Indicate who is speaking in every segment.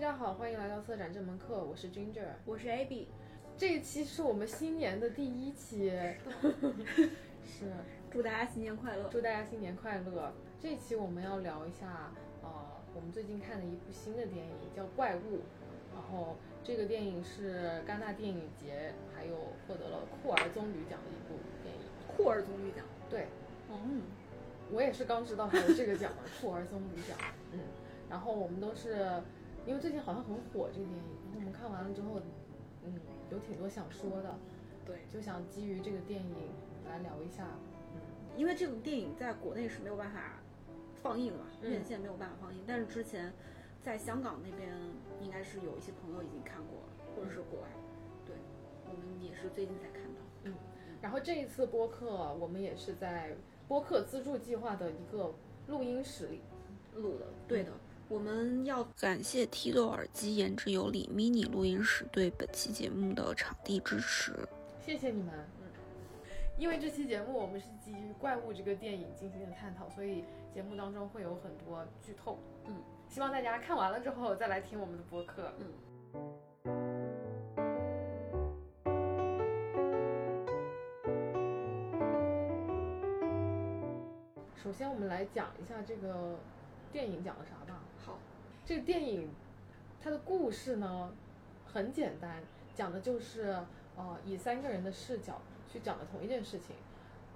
Speaker 1: 家好，欢迎来到策展这门课，我是 Ginger。
Speaker 2: 我是 AB，
Speaker 1: 这一期是我们新年的第一期，是
Speaker 2: 祝大家新年快乐。
Speaker 1: 祝大家新年快乐。这一期我们要聊一下，呃，我们最近看的一部新的电影叫《怪物》，然后这个电影是戛纳电影节还有获得了库尔棕榈奖的一部电影。
Speaker 2: 库尔棕榈奖，
Speaker 1: 对，
Speaker 2: 嗯，
Speaker 1: 我也是刚知道还有这个奖，库尔棕榈奖。嗯，然后我们都是因为最近好像很火这个电影，然后我们看完了之后，嗯，有挺多想说的，
Speaker 2: 对，
Speaker 1: 就想基于这个电影来聊一下。嗯，
Speaker 2: 因为这种电影在国内是没有办法放映嘛，
Speaker 1: 嗯
Speaker 2: 院线没有办法放映，但是之前在香港那边应该是有一些朋友已经看过了，或者是国外，对，我们也是最近才看到。
Speaker 1: 然后这一次播客我们也是在播客资助计划的一个录音室里。
Speaker 2: 录的。对的，我们要感谢提豆耳机言之有理 mini 录音室对本期节目的场地支持。
Speaker 1: 谢谢你们。嗯，因为这期节目我们是基于《怪物》这个电影进行的探讨，所以节目当中会有很多剧透。
Speaker 2: 嗯，
Speaker 1: 希望大家看完了之后再来听我们的播客。
Speaker 2: 嗯。
Speaker 1: 首先，我们来讲一下这个电影讲了啥吧。
Speaker 2: 好，
Speaker 1: 这个电影它的故事呢很简单，讲的就是呃以三个人的视角去讲的同一件事情，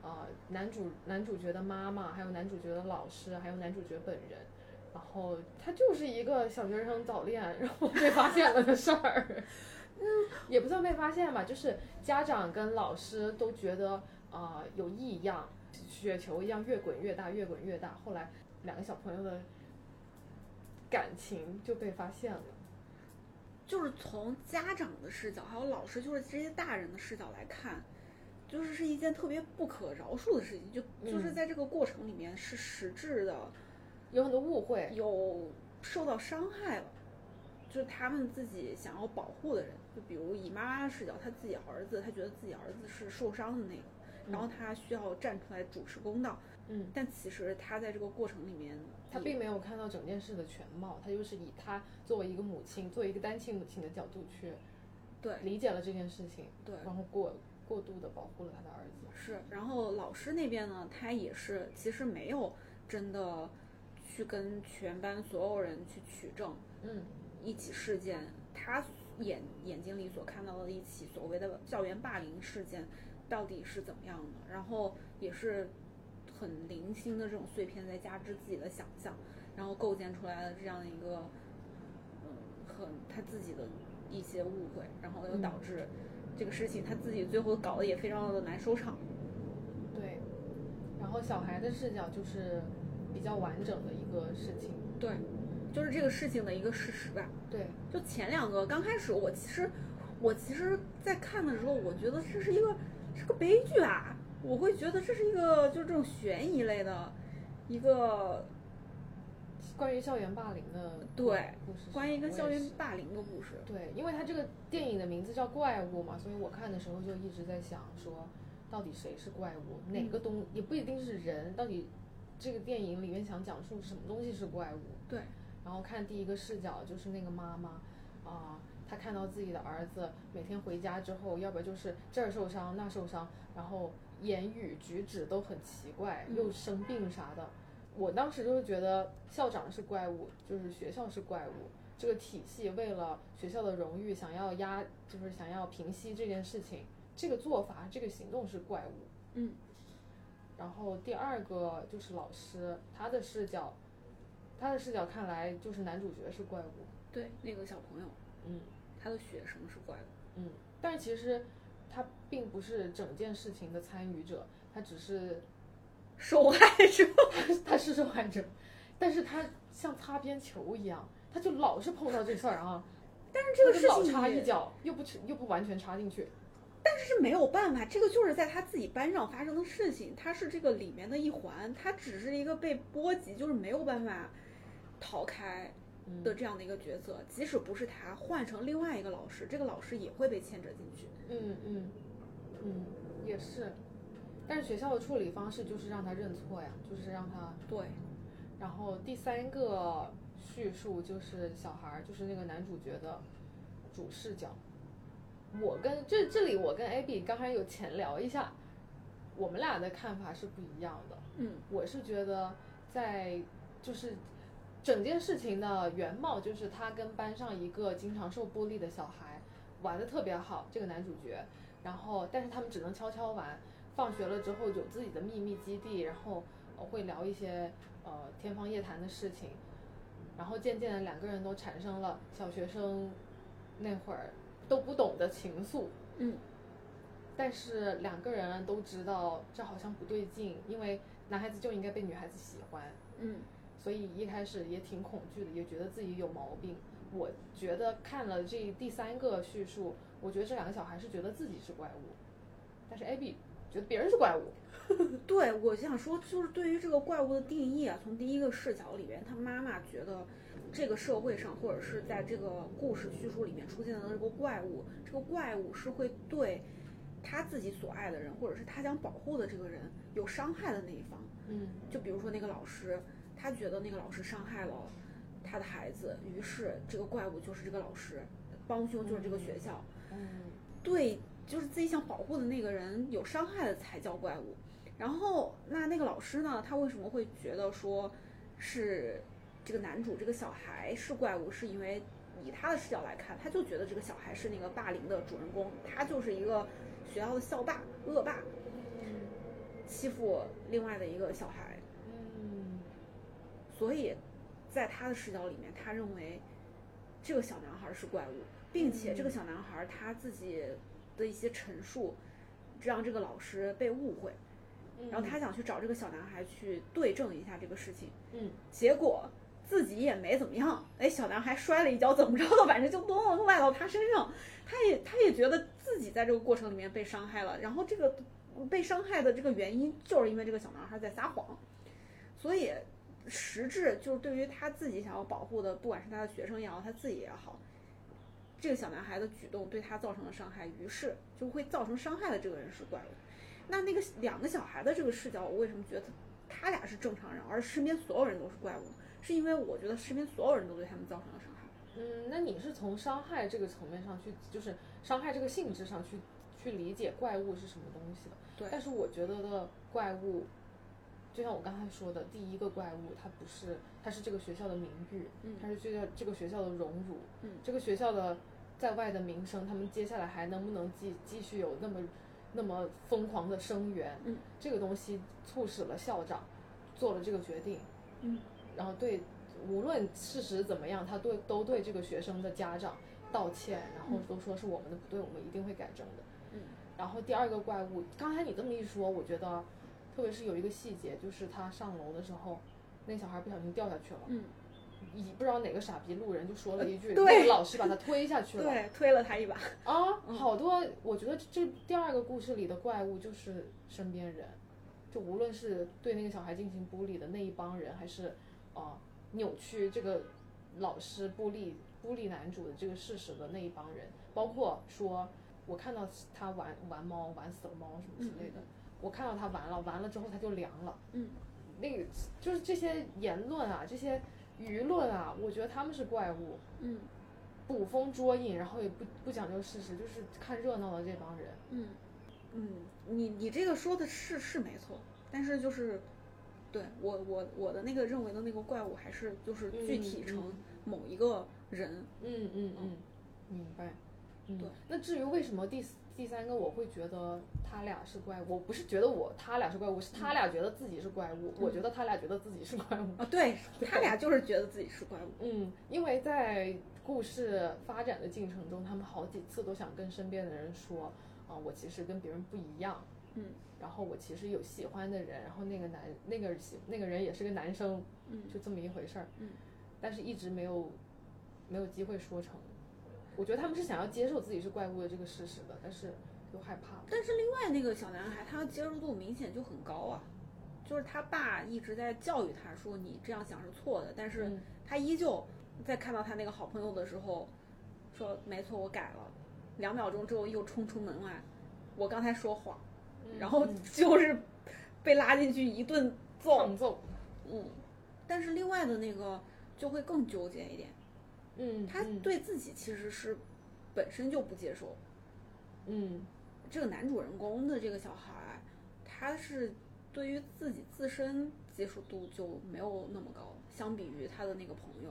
Speaker 1: 呃男主男主角的妈妈，还有男主角的老师，还有男主角本人。然后他就是一个小学生早恋，然后被发现了的事儿， 嗯，也不算被发现吧，就是家长跟老师都觉得啊、呃有异样，雪球一样越滚越大，越滚越大。后来两个小朋友的感情就被发现了。
Speaker 2: 就是从家长的视角，还有老师，就是这些大人的视角来看，就是是一件特别不可饶恕的事情。就
Speaker 1: 嗯
Speaker 2: 就是在这个过程里面是实质的
Speaker 1: 有很多误会，
Speaker 2: 有受到伤害了，就是他们自己想要保护的人，就比如以妈妈的视角，她自己儿子，她觉得自己儿子是受伤的那个，然后她需要站出来主持公道，
Speaker 1: 嗯，
Speaker 2: 但其实她在这个过程里面，
Speaker 1: 他并没有看到整件事的全貌，他就是以他作为一个母亲，作为一个单亲母亲的角度去
Speaker 2: 对
Speaker 1: 理解了这件事情，
Speaker 2: 对
Speaker 1: 然后过过度的保护了他的儿子，
Speaker 2: 是，然后老师那边呢，他也是其实没有真的去跟全班所有人去取证，
Speaker 1: 嗯
Speaker 2: 一起事件，他眼眼睛里所看到的一起所谓的校园霸凌事件到底是怎么样的，然后也是很零星的这种碎片，再加之自己的想象，然后构建出来的这样一个，嗯，很他自己的一些误会，然后又导致这个事情他自己最后搞得也非常的难收场。
Speaker 1: 对，然后小孩的视角就是比较完整的一个事情，
Speaker 2: 对，就是这个事情的一个事实吧。
Speaker 1: 对，
Speaker 2: 就前两个刚开始，我其实我其实，在看的时候，我觉得这是一个是个悲剧啊，我会觉得这是一个就是这种悬疑类的一个
Speaker 1: 关于校园霸凌的
Speaker 2: 对
Speaker 1: 故事是，
Speaker 2: 关于一个
Speaker 1: 我也
Speaker 2: 校园
Speaker 1: 是
Speaker 2: 霸凌的故事。
Speaker 1: 对，因为它这个电影的名字叫《怪物》嘛，所以我看的时候就一直在想说，到底谁是怪物？哪个东也不一定是人，到底这个电影里面想讲述什么东西是怪物？
Speaker 2: 对，
Speaker 1: 然后看第一个视角就是那个妈妈，啊、她看到自己的儿子每天回家之后，要不然就是这儿受伤那受伤，然后言语举止都很奇怪，
Speaker 2: 嗯
Speaker 1: 又生病啥的。我当时就是觉得校长是怪物，就是学校是怪物，这个体系为了学校的荣誉，想要压，就是想要平息这件事情，这个做法，这个行动是怪物。
Speaker 2: 嗯，
Speaker 1: 然后第二个就是老师，他的视角，他的视角看来就是男主角是怪物，
Speaker 2: 对，那个小朋友，
Speaker 1: 嗯
Speaker 2: 他的学生是怪物。
Speaker 1: 嗯，但其实他并不是整件事情的参与者，他只是
Speaker 2: 受害者，
Speaker 1: 他是受害者，但是他像擦边球一样，他就老是碰到这事儿啊，
Speaker 2: 但是这个
Speaker 1: 他
Speaker 2: 事
Speaker 1: 就老
Speaker 2: 情
Speaker 1: 插
Speaker 2: 也
Speaker 1: 一脚，又不又不完全插进去，
Speaker 2: 但是没有办法，这个就是在他自己班上发生的事情，他是这个里面的一环，他只是一个被波及，就是没有办法逃开
Speaker 1: 嗯
Speaker 2: 的这样的一个角色。即使不是他，换成另外一个老师，这个老师也会被牵扯进去。
Speaker 1: 嗯嗯嗯，也是，但是学校的处理方式就是让他认错呀，就是让他。
Speaker 2: 对，
Speaker 1: 然后第三个叙述就是小孩儿，就是那个男主角的主视角。我跟这这里我跟 Abby 刚才有浅聊一下，我们俩的看法是不一样的。
Speaker 2: 嗯，
Speaker 1: 我是觉得在就是整件事情的原貌，就是他跟班上一个经常受bully 的小孩玩的特别好，这个男主角，然后但是他们只能悄悄玩，放学了之后有自己的秘密基地，然后呃会聊一些呃天方夜谭的事情，然后渐渐的两个人都产生了小学生那会儿都不懂的情愫，
Speaker 2: 嗯，
Speaker 1: 但是两个人都知道这好像不对劲，因为男孩子就应该被女孩子喜欢，
Speaker 2: 嗯，
Speaker 1: 所以一开始也挺恐惧的，也觉得自己有毛病。我觉得看了这第三个叙述，我觉得这两个小孩是觉得自己是怪物，但是 Abby 觉得别人是怪物。
Speaker 2: 对，我想说，就是对于这个怪物的定义啊，从第一个视角里边，他妈妈觉得这个社会上或者是在这个故事叙述里面出现的这个怪物，这个怪物是会对他自己所爱的人，或者是他想保护的这个人有伤害的那一方。
Speaker 1: 嗯
Speaker 2: 就比如说那个老师，他觉得那个老师伤害了他的孩子，于是这个怪物就是这个老师，帮凶就是这个学校。
Speaker 1: 嗯
Speaker 2: 对，就是自己想保护的那个人有伤害的才叫怪物。然后那那个老师呢，他为什么会觉得说是这个男主这个小孩是怪物，是因为以他的视角来看，他就觉得这个小孩是那个霸凌的主人公，他就是一个学校的校霸、恶霸，欺负另外的一个小孩。
Speaker 1: 嗯
Speaker 2: 所以，在他的视角里面，他认为这个小男孩是怪物，并且这个小男孩他自己的一些陈述，让这个老师被误会，
Speaker 1: 嗯
Speaker 2: 然后他想去找这个小男孩去对证一下这个事情，
Speaker 1: 嗯
Speaker 2: 结果自己也没怎么样，哎，小男孩摔了一跤，怎么着的，反正就都能赖到他身上，他也他也觉得自己在这个过程里面被伤害了，然后这个被伤害的这个原因就是因为这个小男孩在撒谎，所以实质就是对于他自己想要保护的，不管是他的学生也好，他自己也好。这个小男孩的举动对他造成了伤害，于是就会造成伤害的这个人是怪物。那那个两个小孩的这个视角，我为什么觉得他俩是正常人，而身边所有人都是怪物呢？是因为我觉得身边所有人都对他们造成了伤害。
Speaker 1: 嗯，那你是从伤害这个层面上去，就是伤害这个性质上去去理解怪物是什么东西的。
Speaker 2: 对
Speaker 1: 但是我觉得的怪物，就像我刚才说的，第一个怪物它不是，它是这个学校的名誉，
Speaker 2: 嗯
Speaker 1: 它是这个这个学校的荣辱，
Speaker 2: 嗯
Speaker 1: 这个学校的在外的名声，他们接下来还能不能继继续有那么那么疯狂的声援？
Speaker 2: 嗯，
Speaker 1: 这个东西促使了校长做了这个决定，
Speaker 2: 嗯，
Speaker 1: 然后对，无论事实怎么样，他对都对这个学生的家长道歉，然后都说是我们的不对，我们一定会改正的。
Speaker 2: 嗯，
Speaker 1: 然后第二个怪物，刚才你这么一说，我觉得，特别是有一个细节，就是他上楼的时候，那小孩不小心掉下去了，
Speaker 2: 嗯，
Speaker 1: 以不知道哪个傻逼路人就说了一句，
Speaker 2: 对
Speaker 1: 那个老师把他推下去了。
Speaker 2: 对，推了他一把。
Speaker 1: 啊，好多，我觉得这第二个故事里的怪物就是身边人，就无论是对那个小孩进行bully 的那一帮人，还是啊、呃扭曲这个老师bully bully 男主的这个事实的那一帮人，包括说我看到他玩玩猫，玩死了猫什么之类的，我看到他玩了，玩了之后他就凉了，
Speaker 2: 嗯，
Speaker 1: 那个就是这些言论啊，这些舆论啊，我觉得他们是怪物，
Speaker 2: 嗯
Speaker 1: 捕风捉影，然后也不不讲究事实，就是看热闹的这帮人。
Speaker 2: 嗯嗯，你你这个说的是是没错，但是就是，对我我我的那个认为的那个怪物还是就是具体
Speaker 1: 嗯
Speaker 2: 成某一个人。
Speaker 1: 嗯嗯嗯，明白。嗯
Speaker 2: 对。
Speaker 1: 那至于为什么第四第三个我会觉得他俩是怪物，我不是觉得我他俩是怪物，是他俩觉得自己是怪物。我觉得他俩觉得自己是怪物。
Speaker 2: 啊，对他俩就是觉得自己是怪物。
Speaker 1: 嗯， 因为在故事发展的进程中，他们好几次都想跟身边的人说，啊、我其实跟别人不一样。
Speaker 2: 嗯
Speaker 1: 然后我其实有喜欢的人，然后那个男那个喜那个人也是个男生，
Speaker 2: 嗯
Speaker 1: 就这么一回事儿，
Speaker 2: 嗯，
Speaker 1: 但是一直没有没有机会说成。我觉得他们是想要接受自己是怪物的这个事实的，但是又害怕。
Speaker 2: 但是另外那个小男孩，他的接受度明显就很高啊，就是他爸一直在教育他说你这样想是错的，但是
Speaker 1: 嗯
Speaker 2: 他依旧在看到他那个好朋友的时候说没错，我改了。两秒钟之后又冲出门外，我刚才说谎，
Speaker 1: 嗯
Speaker 2: 然后就是被拉进去一顿揍。嗯
Speaker 1: 放纵，
Speaker 2: 嗯，但是另外的那个就会更纠结一点。
Speaker 1: 嗯，
Speaker 2: 他
Speaker 1: 嗯
Speaker 2: 对自己其实是本身就不接受。
Speaker 1: 嗯
Speaker 2: 这个男主人公的这个小孩儿，他是对于自己自身接受度就没有那么高，相比于他的那个朋友，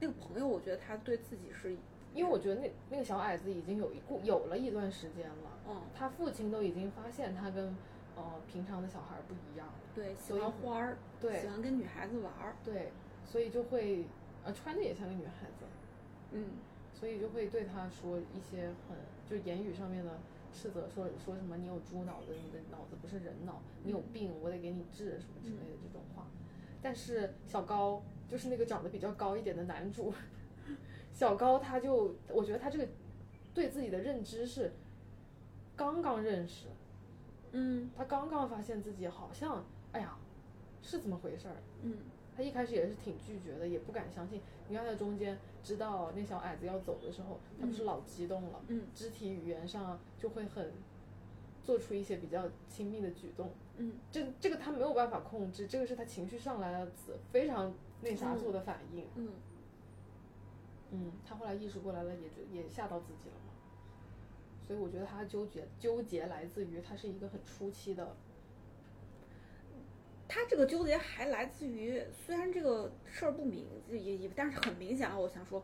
Speaker 2: 那个朋友我觉得他对自己是，
Speaker 1: 因为我觉得那那个小矮子已经有一过有了一段时间了，
Speaker 2: 嗯，
Speaker 1: 他父亲都已经发现他跟呃平常的小孩儿不一样了，
Speaker 2: 对，喜
Speaker 1: 所以
Speaker 2: 欢花儿，喜
Speaker 1: 对
Speaker 2: 欢跟女孩子玩儿，
Speaker 1: 对，所以就会呃穿的也像个女孩子，
Speaker 2: 嗯，
Speaker 1: 所以就会对他说一些很就言语上面的斥责，说说什么你有猪脑子，你的脑子不是人脑，你有病，我得给你治什么之类的这种话。但是小高就是那个长得比较高一点的男主， 小高他就我觉得他这个对自己的认知是刚刚认识，
Speaker 2: 嗯
Speaker 1: 他刚刚发现自己好像哎呀是怎么回事儿，
Speaker 2: 嗯
Speaker 1: 他一开始也是挺拒绝的，也不敢相信。你看他中间知道那小矮子要走的时候，他不是老激动了，
Speaker 2: 嗯，
Speaker 1: 肢体语言上就会很做出一些比较亲密的举动。
Speaker 2: 嗯，
Speaker 1: 这这个他没有办法控制，这个是他情绪上来的词，非常那啥做的反应。
Speaker 2: 嗯，
Speaker 1: 嗯，他后来意识过来了，也觉也吓到自己了嘛。所以我觉得他纠结纠结来自于他是一个很初期的，
Speaker 2: 他这个纠结还来自于，虽然这个事儿不明也也，但是很明显啊，我想说，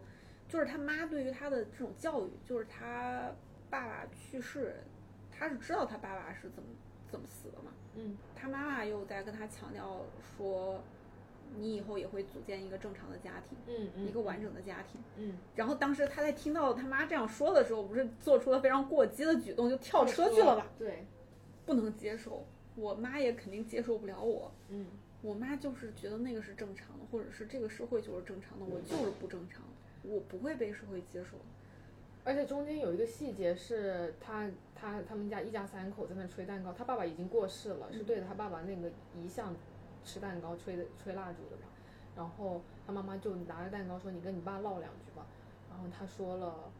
Speaker 2: 就是他妈对于他的这种教育，就是他爸爸去世，他是知道他爸爸是怎么怎么死的嘛，
Speaker 1: 嗯
Speaker 2: 他妈妈又在跟他强调说，你以后也会组建一个正常的家庭，
Speaker 1: 嗯嗯，
Speaker 2: 一个完整的家庭。
Speaker 1: 嗯
Speaker 2: 然后当时他在听到他妈这样说的时候，不是做出了非常过激的举动，就跳车去了吧？？
Speaker 1: 对，
Speaker 2: 不能接受，我妈也肯定接受不了我。
Speaker 1: 嗯
Speaker 2: 我妈就是觉得那个是正常的，或者是这个社会就是正常
Speaker 1: 嗯
Speaker 2: 的，我就是不正常，我不会被社会接受。
Speaker 1: 而且中间有一个细节是他他他们家一家三口在那吹蛋糕，他爸爸已经过世了，是对
Speaker 2: 嗯
Speaker 1: 着他爸爸那个遗像吃蛋糕吹的吹蜡烛的吧。然后他妈妈就拿着蛋糕说：“你跟你爸唠两句吧。”然后他说了，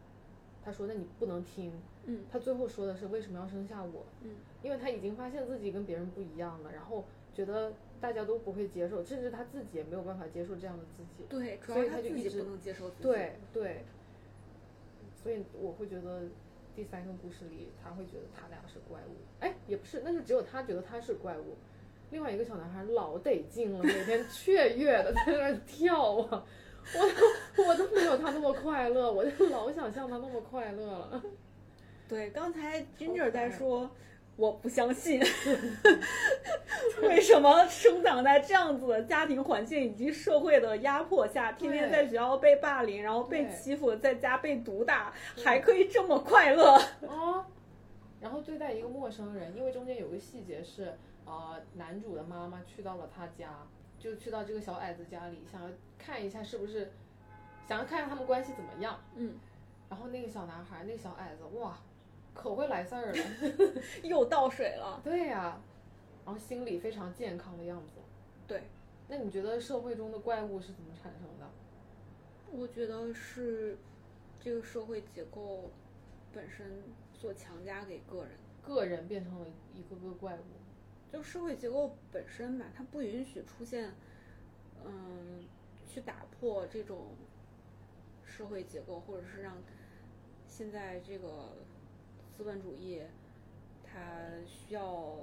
Speaker 1: 他说：“那你不能听。”
Speaker 2: 嗯，
Speaker 1: 他最后说的是：“为什么要生下我？”
Speaker 2: 嗯，
Speaker 1: 因为他已经发现自己跟别人不一样了，然后觉得大家都不会接受，甚至他自己也没有办法接受这样的自己。
Speaker 2: 对，主要
Speaker 1: 所以
Speaker 2: 是她
Speaker 1: 她就
Speaker 2: 自
Speaker 1: 一
Speaker 2: 己
Speaker 1: 直
Speaker 2: 不能接受自己。
Speaker 1: 对对，所以我会觉得第三个故事里，他会觉得他俩是怪物。哎，也不是，那就只有他觉得他是怪物。另外一个小男孩老得劲了，每天雀跃的在那儿跳啊，我都我都没有他那么快乐，我就老想像他那么快乐了。
Speaker 2: 对，刚才
Speaker 1: 可
Speaker 2: Ginger 在
Speaker 1: 爱
Speaker 2: 说，我不 相信，为什么生长在这样子的家庭环境以及社会的压迫下，天天
Speaker 1: 对
Speaker 2: 在学校被霸凌，然后被
Speaker 1: 对
Speaker 2: 欺负，在家被毒打，
Speaker 1: 对
Speaker 2: 还可以这么快乐？
Speaker 1: 啊。然后对待一个陌生人，因为中间有个细节是，呃，男主的妈妈去到了他家，就去到这个小矮子家里，想要看一下是不是，想要看一下他们关系怎么样。
Speaker 2: 嗯，
Speaker 1: 然后那个小男孩，那个小矮子，哇，可会来事儿了。
Speaker 2: 又倒水了。
Speaker 1: 对呀、然后心理非常健康的样子。
Speaker 2: 对，
Speaker 1: 那你觉得社会中的怪物是怎么产生的？
Speaker 2: 我觉得是这个社会结构本身所强加给个人。
Speaker 1: 个人变成了一个个怪物。
Speaker 2: 就社会结构本身吧，它不允许出现，嗯，去打破这种社会结构，或者是让现在这个资本主义它需要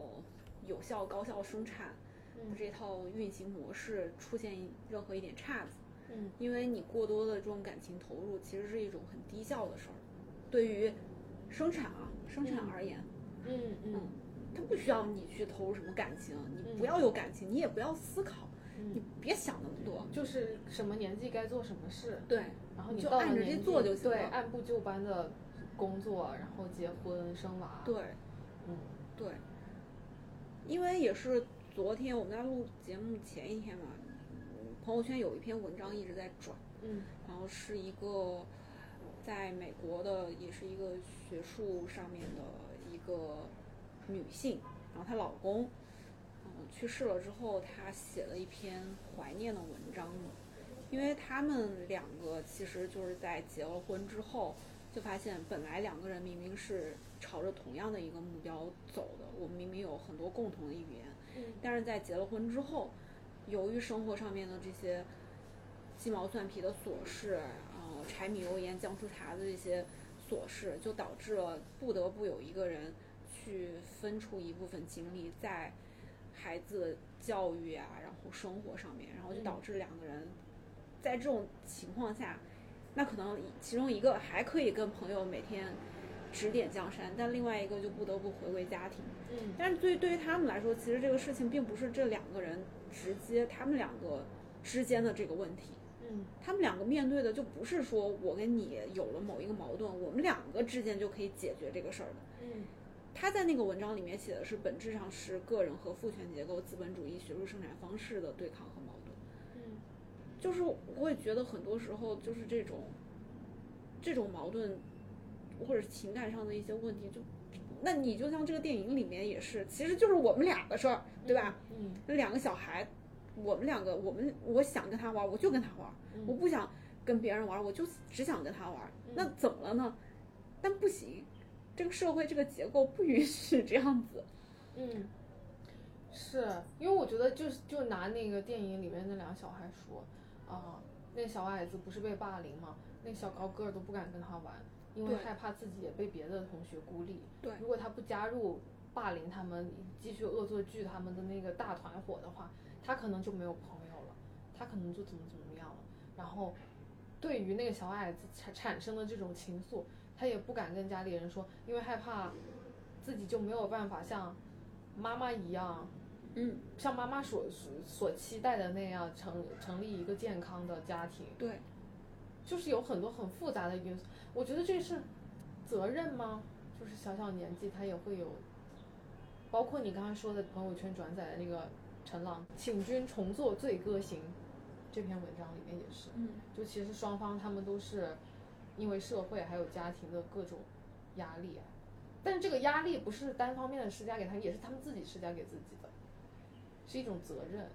Speaker 2: 有效高效生产
Speaker 1: 嗯
Speaker 2: 这套运行模式出现任何一点岔子，
Speaker 1: 嗯
Speaker 2: 因为你过多的这种感情投入，其实是一种很低效的事儿，对于生产啊生产
Speaker 1: 嗯
Speaker 2: 而言。
Speaker 1: 嗯嗯
Speaker 2: 他不需要你去投入什么感情，你
Speaker 1: 嗯
Speaker 2: 不要有感情，你也不要思考，你
Speaker 1: 嗯，
Speaker 2: 别想那么多。
Speaker 1: 就是什么年纪该做什么事，
Speaker 2: 对，
Speaker 1: 然后你
Speaker 2: 就
Speaker 1: 到了
Speaker 2: 按着
Speaker 1: 年
Speaker 2: 去
Speaker 1: 纪
Speaker 2: 做就行
Speaker 1: 对，
Speaker 2: 了
Speaker 1: 按部就班的工作，然后结婚生娃。，
Speaker 2: 对，
Speaker 1: 嗯
Speaker 2: 对，因为也是昨天我们在录节目前一天嘛，嗯朋友圈有一篇文章一直在转，
Speaker 1: 嗯
Speaker 2: 然后是一个在美国的，也是一个学术上面的一个女性，然后她老公，嗯，去世了之后，她写了一篇怀念的文章，因为他们两个其实就是在结了婚之后，就发现本来两个人明明是朝着同样的一个目标走的，我们明明有很多共同的语言，
Speaker 1: 嗯
Speaker 2: 但是在结了婚之后，由于生活上面的这些鸡毛蒜皮的琐事，呃，柴米油盐酱醋茶的这些琐事，就导致了不得不有一个人去分出一部分精力在孩子的教育啊，然后生活上面，然后就导致两个人在这种情况下，那可能其中一个还可以跟朋友每天指点江山，但另外一个就不得不回归家庭。
Speaker 1: 嗯
Speaker 2: 但是对对于他们来说，其实这个事情并不是这两个人直接他们两个之间的这个问题，
Speaker 1: 嗯
Speaker 2: 他们两个面对的就不是说我跟你有了某一个矛盾，我们两个之间就可以解决这个事儿的。
Speaker 1: 嗯
Speaker 2: 他在那个文章里面写的是，本质上是个人和父权结构、资本主义学术生产方式的对抗和矛盾。
Speaker 1: 嗯
Speaker 2: 就是我也觉得很多时候就是这种这种矛盾或者情感上的一些问题就，那你就像这个电影里面也是，其实就是我们俩的事儿，对吧？？
Speaker 1: 嗯
Speaker 2: 那两个小孩，我们两个，我们我想跟他玩，我就跟他玩，
Speaker 1: 嗯
Speaker 2: 我不想跟别人玩，我就只想跟他玩。
Speaker 1: 嗯
Speaker 2: 那怎么了呢？但不行，这个社会这个结构不允许这样子。
Speaker 1: 嗯，是因为我觉得就是就拿那个电影里面那两个小孩说，啊、那小矮子不是被霸凌吗？那小高个儿都不敢跟他玩，因为
Speaker 2: 对
Speaker 1: 害怕自己也被别的同学孤立。
Speaker 2: 对
Speaker 1: 如果他不加入霸凌他们，继续恶作剧他们的那个大团伙的话，他可能就没有朋友了，他可能就怎么怎么样了。然后，对于那个小矮子产产生的这种情愫，他也不敢跟家里人说，因为害怕自己就没有办法像妈妈一样，
Speaker 2: 嗯，
Speaker 1: 像妈妈所所所期待的那样成成立一个健康的家庭。
Speaker 2: 对，
Speaker 1: 就是有很多很复杂的因素。我觉得这是责任吗？就是小小年纪他也会有，包括你刚才说的朋友圈转载的那个陈朗“请君重作醉歌行”这篇文章里面也是，
Speaker 2: 嗯，
Speaker 1: 就其实双方他们都是因为社会还有家庭的各种压力，啊但是这个压力不是单方面的施加给他们，也是他们自己施加给自己的，是一种责任。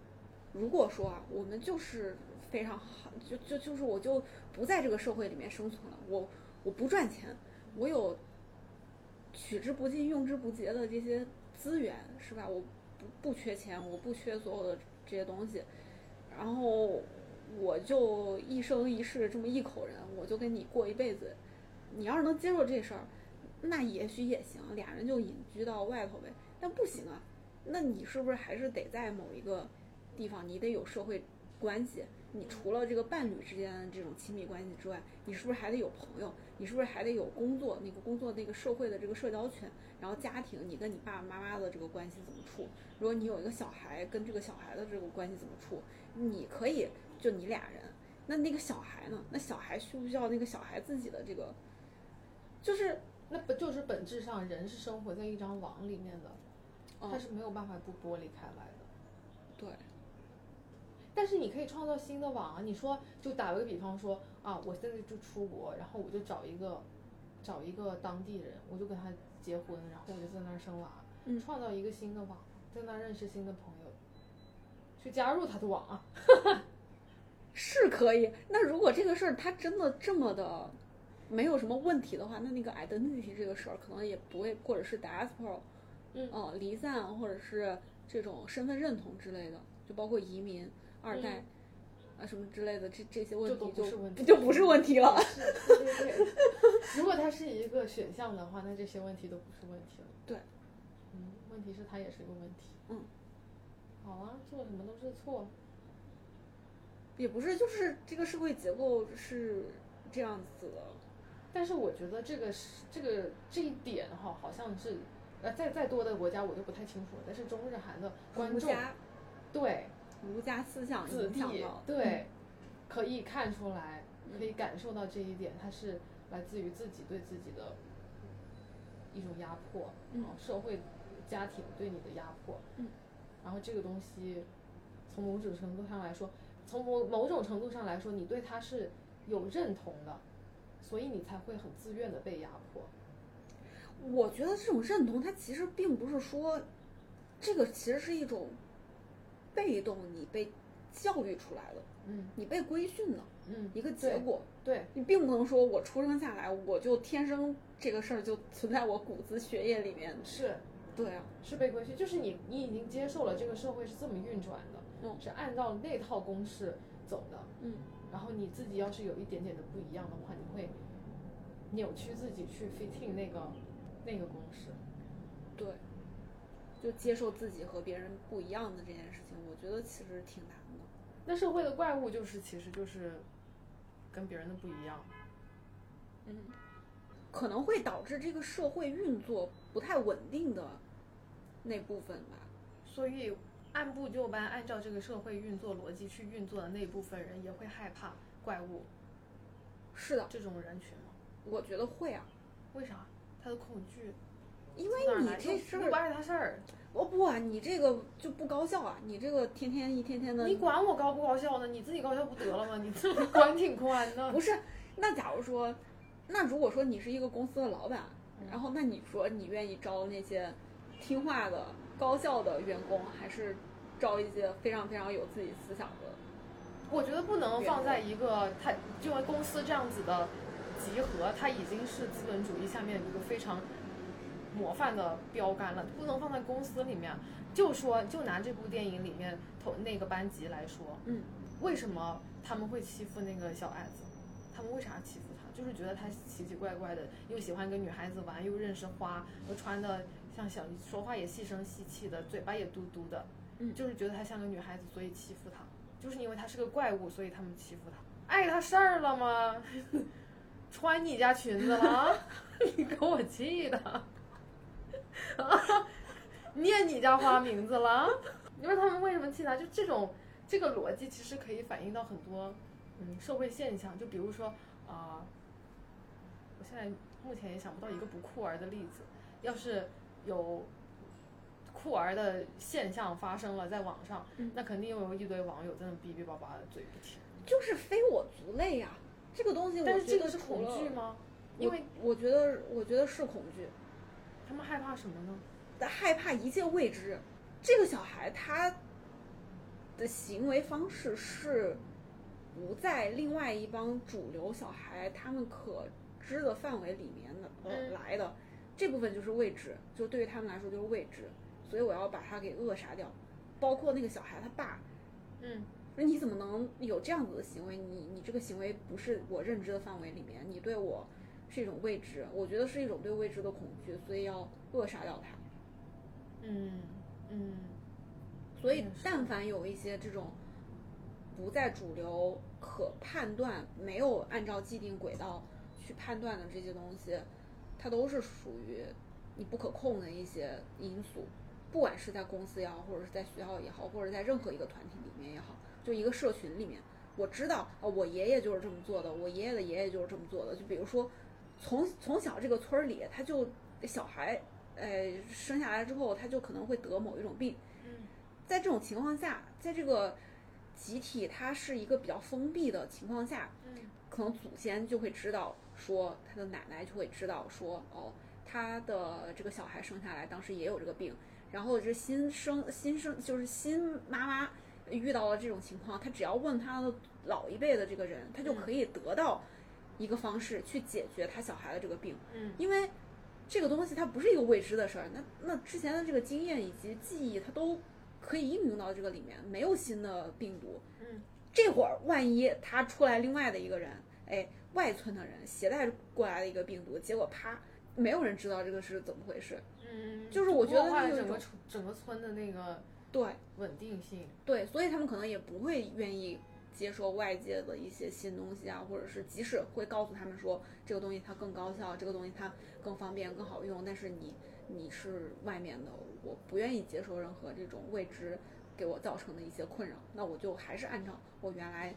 Speaker 2: 如果说啊，我们就是非常好，就就就是我就不在这个社会里面生存了，我我不赚钱，我有取之不尽、用之不竭的这些资源，是吧？我不不缺钱，我不缺所有的这些东西，然后我就一生一世这么一口人，我就跟你过一辈子。你要是能接受这事儿，那也许也行，俩人就隐居到外头呗。但不行啊，那你是不是还是得在某一个地方，你得有社会关系。你除了这个伴侣之间的这种亲密关系之外，你是不是还得有朋友？你是不是还得有工作？那个工作那个社会的这个社交圈，然后家庭，你跟你爸爸妈妈的这个关系怎么处？如果你有一个小孩，跟这个小孩的这个关系怎么处？你可以就你俩人，那那个小孩呢？那小孩需不需要那个小孩自己的这个？就是
Speaker 1: 那不就是本质上人是生活在一张网里面的，
Speaker 2: 嗯
Speaker 1: 他是没有办法不剥离开来的。
Speaker 2: 对，
Speaker 1: 但是你可以创造新的网啊！你说，就打个比方说啊，我现在就出国，然后我就找一个找一个当地人，我就跟他结婚，然后我就在那儿生娃，
Speaker 2: 嗯
Speaker 1: 创造一个新的网，在那儿认识新的朋友，去加入他的网啊。
Speaker 2: 是可以。那如果这个事儿它真的这么的没有什么问题的话，那那个 identity 这个事儿可能也不会，或者是 diaspora，
Speaker 1: 嗯
Speaker 2: 呃，离散或者是这种身份认同之类的，就包括移民、二代。啊，什么之类的，这这些问
Speaker 1: 嗯就都
Speaker 2: 题
Speaker 1: 不
Speaker 2: 就是
Speaker 1: 问题
Speaker 2: 就不是问题了。
Speaker 1: 是对 对对，如果他是一个选项的话，那这些问题都不是问题了。
Speaker 2: 对，
Speaker 1: 嗯，问题是他也是一个问题。
Speaker 2: 嗯，
Speaker 1: 好啊，做什么都是错。
Speaker 2: 也不是，就是这个社会结构是这样子的。
Speaker 1: 但是我觉得这个是这个这一点哈，好像是，呃，再再多的国家我就不太清楚了。但是中日韩的观
Speaker 2: 儒
Speaker 1: 众
Speaker 2: 家
Speaker 1: 对
Speaker 2: 儒家思想
Speaker 1: 子
Speaker 2: 影
Speaker 1: 弟
Speaker 2: 响到，嗯
Speaker 1: 对，可以看出来，可以感受到这一点，它是来自于自己对自己的一种压迫，
Speaker 2: 嗯
Speaker 1: 然后啊社会、家庭对你的压迫，
Speaker 2: 嗯，
Speaker 1: 然后这个东西从某种程度上来说，从某某种程度上来说，你对它是有认同的，所以你才会很自愿的被压迫。
Speaker 2: 我觉得这种认同，它其实并不是说，这个其实是一种被动，你被教育出来的，
Speaker 1: 嗯
Speaker 2: 你被规训的
Speaker 1: 嗯，
Speaker 2: 一个结果。
Speaker 1: 对
Speaker 2: 你并不能说我出生下来我就天生这个事儿就存在我骨子血液里面，
Speaker 1: 是，
Speaker 2: 对啊，
Speaker 1: 是被规训，就是你你已经接受了这个社会是这么运转的，
Speaker 2: 嗯
Speaker 1: 是按照那套公式走的，
Speaker 2: 嗯，
Speaker 1: 然后你自己要是有一点点的不一样的话，你会扭曲自己去 fitting 那个那个公式，
Speaker 2: 对，就接受自己和别人不一样的这件事情，我觉得其实挺难的。
Speaker 1: 那社会的怪物就是其实就是跟别人的不一样，
Speaker 2: 嗯，可能会导致这个社会运作不太稳定的那部分吧。
Speaker 1: 所以按部就班按照这个社会运作逻辑去运作的那部分人也会害怕怪物
Speaker 2: 是的，
Speaker 1: 这种人群吗？
Speaker 2: 我觉得会啊，
Speaker 1: 为啥？他的恐惧
Speaker 2: 因
Speaker 1: 从哪
Speaker 2: 为
Speaker 1: 儿
Speaker 2: 你
Speaker 1: 来
Speaker 2: 这
Speaker 1: 又
Speaker 2: 事
Speaker 1: 又不
Speaker 2: 儿，
Speaker 1: 碍他事儿，
Speaker 2: 我不啊，你这个就不高效啊，你这个天天一天天的，
Speaker 1: 你管我高不高效呢？你自己高效不得了吗？你自己管挺宽的。
Speaker 2: 不是？那假如说，那如果说你是一个公司的老板，
Speaker 1: 嗯
Speaker 2: 然后那你说你愿意招那些听话的、高效的员工，还是招一些非常非常有自己思想的？
Speaker 1: 我觉得不能放在一个他就公司这样子的集合，它已经是资本主义下面一个非常模范的标杆了，不能放在公司里面。就说就拿这部电影里面头那个班级来说，
Speaker 2: 嗯，
Speaker 1: 为什么他们会欺负那个小矮子？他们为啥欺负他？就是觉得他奇奇怪怪的，又喜欢跟女孩子玩，又认识花，又穿的像小，说话也细声细气的，嘴巴也嘟嘟的，
Speaker 2: 嗯
Speaker 1: 就是觉得他像个女孩子，所以欺负他，就是因为他是个怪物，所以他们欺负他，碍他事儿了吗？ 穿你家裙子了啊？ 你给我气的！ 啊，念你家花名字了啊？你说他们为什么气他？就这种这个逻辑其实可以反映到很多嗯社会现象，就比如说啊、我现在目前也想不到一个不酷儿的例子。要是有酷儿的现象发生了在网上，
Speaker 2: 嗯
Speaker 1: 那肯定又有一堆网友在那哔哔叭叭的嘴不停。
Speaker 2: 就是非我族类呀、这个东西我
Speaker 1: 但是
Speaker 2: 觉
Speaker 1: 这
Speaker 2: 得
Speaker 1: 个是
Speaker 2: 除
Speaker 1: 恐
Speaker 2: 了
Speaker 1: 惧吗？
Speaker 2: 我
Speaker 1: 因为
Speaker 2: 我觉得，我觉得是恐惧，
Speaker 1: 他们害怕什么呢？
Speaker 2: 害怕一切未知。这个小孩他的行为方式是不在另外一帮主流小孩他们可知的范围里面的、呃、
Speaker 1: 嗯
Speaker 2: 来的，这部分就是未知，就对于他们来说就是未知，所以我要把他给扼杀掉。包括那个小孩他爸，
Speaker 1: 嗯，
Speaker 2: 那你怎么能有这样子的行为？你你这个行为不是我认知的范围里面，你对我是一种未知，我觉得是一种对未知的恐惧，所以要扼杀掉它。
Speaker 1: 嗯嗯，
Speaker 2: 所以
Speaker 1: 也是，
Speaker 2: 但凡有一些这种不在主流可判断、没有按照既定轨道去判断的这些东西，它都是属于你不可控的一些因素，不管是在公司也好，或者是在学校也好，或者在任何一个团体里面也好，就一个社群里面，我知道哦，我爷爷就是这么做的，我爷爷的爷爷就是这么做的。就比如说，从从小这个村儿里，他就小孩，呃，生下来之后，他就可能会得某一种病。
Speaker 1: 嗯，
Speaker 2: 在这种情况下，在这个集体它是一个比较封闭的情况下，
Speaker 1: 嗯，
Speaker 2: 可能祖先就会知道说，他的奶奶就会知道说，哦，他的这个小孩生下来当时也有这个病，然后这新生新生就是新妈妈遇到了这种情况，她只要问她的老一辈的这个人，她就可以得到一个方式去解决她小孩的这个病，
Speaker 1: 嗯，
Speaker 2: 因为。这个东西它不是一个未知的事儿，那那之前的这个经验以及记忆，它都可以应用到这个里面，没有新的病毒。
Speaker 1: 嗯，
Speaker 2: 这会儿万一他出来另外的一个人，哎，外村的人携带过来的一个病毒，结果啪，没有人知道这个是怎么回事。
Speaker 1: 嗯，
Speaker 2: 就是我觉得
Speaker 1: 破坏
Speaker 2: 那
Speaker 1: 了整
Speaker 2: 种
Speaker 1: 个村整个村的那个
Speaker 2: 对
Speaker 1: 稳定性。
Speaker 2: 对，所以他们可能也不会愿意接受外界的一些新东西啊，或者是即使会告诉他们说这个东西它更高效，这个东西它更方便、更好用，但是你你是外面的，我不愿意接受任何这种未知给我造成的一些困扰，那我就还是按照我原来。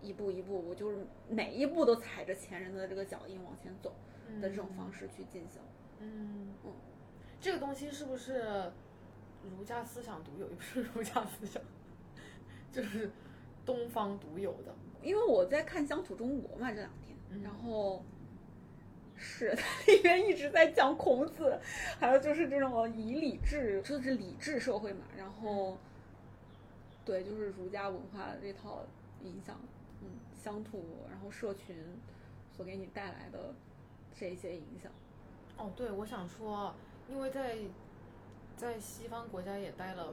Speaker 2: 一步一步，我就是每一步都踩着前人的这个脚印往前走的这种方式去进行。
Speaker 1: 嗯
Speaker 2: 嗯，
Speaker 1: 这个东西是不是儒家思想独有，也不是儒家思想， 就是东方独有的？
Speaker 2: 因为我在看《乡土中国》嘛，这两天，
Speaker 1: 嗯
Speaker 2: 然后是 它里面一直在讲孔子，还有就是这种以礼治，就是礼治社会嘛，然后对，就是儒家文化的这套影响，嗯，乡土，然后社群所给你带来的这一些影响，
Speaker 1: 哦，对，我想说，因为在在西方国家也待了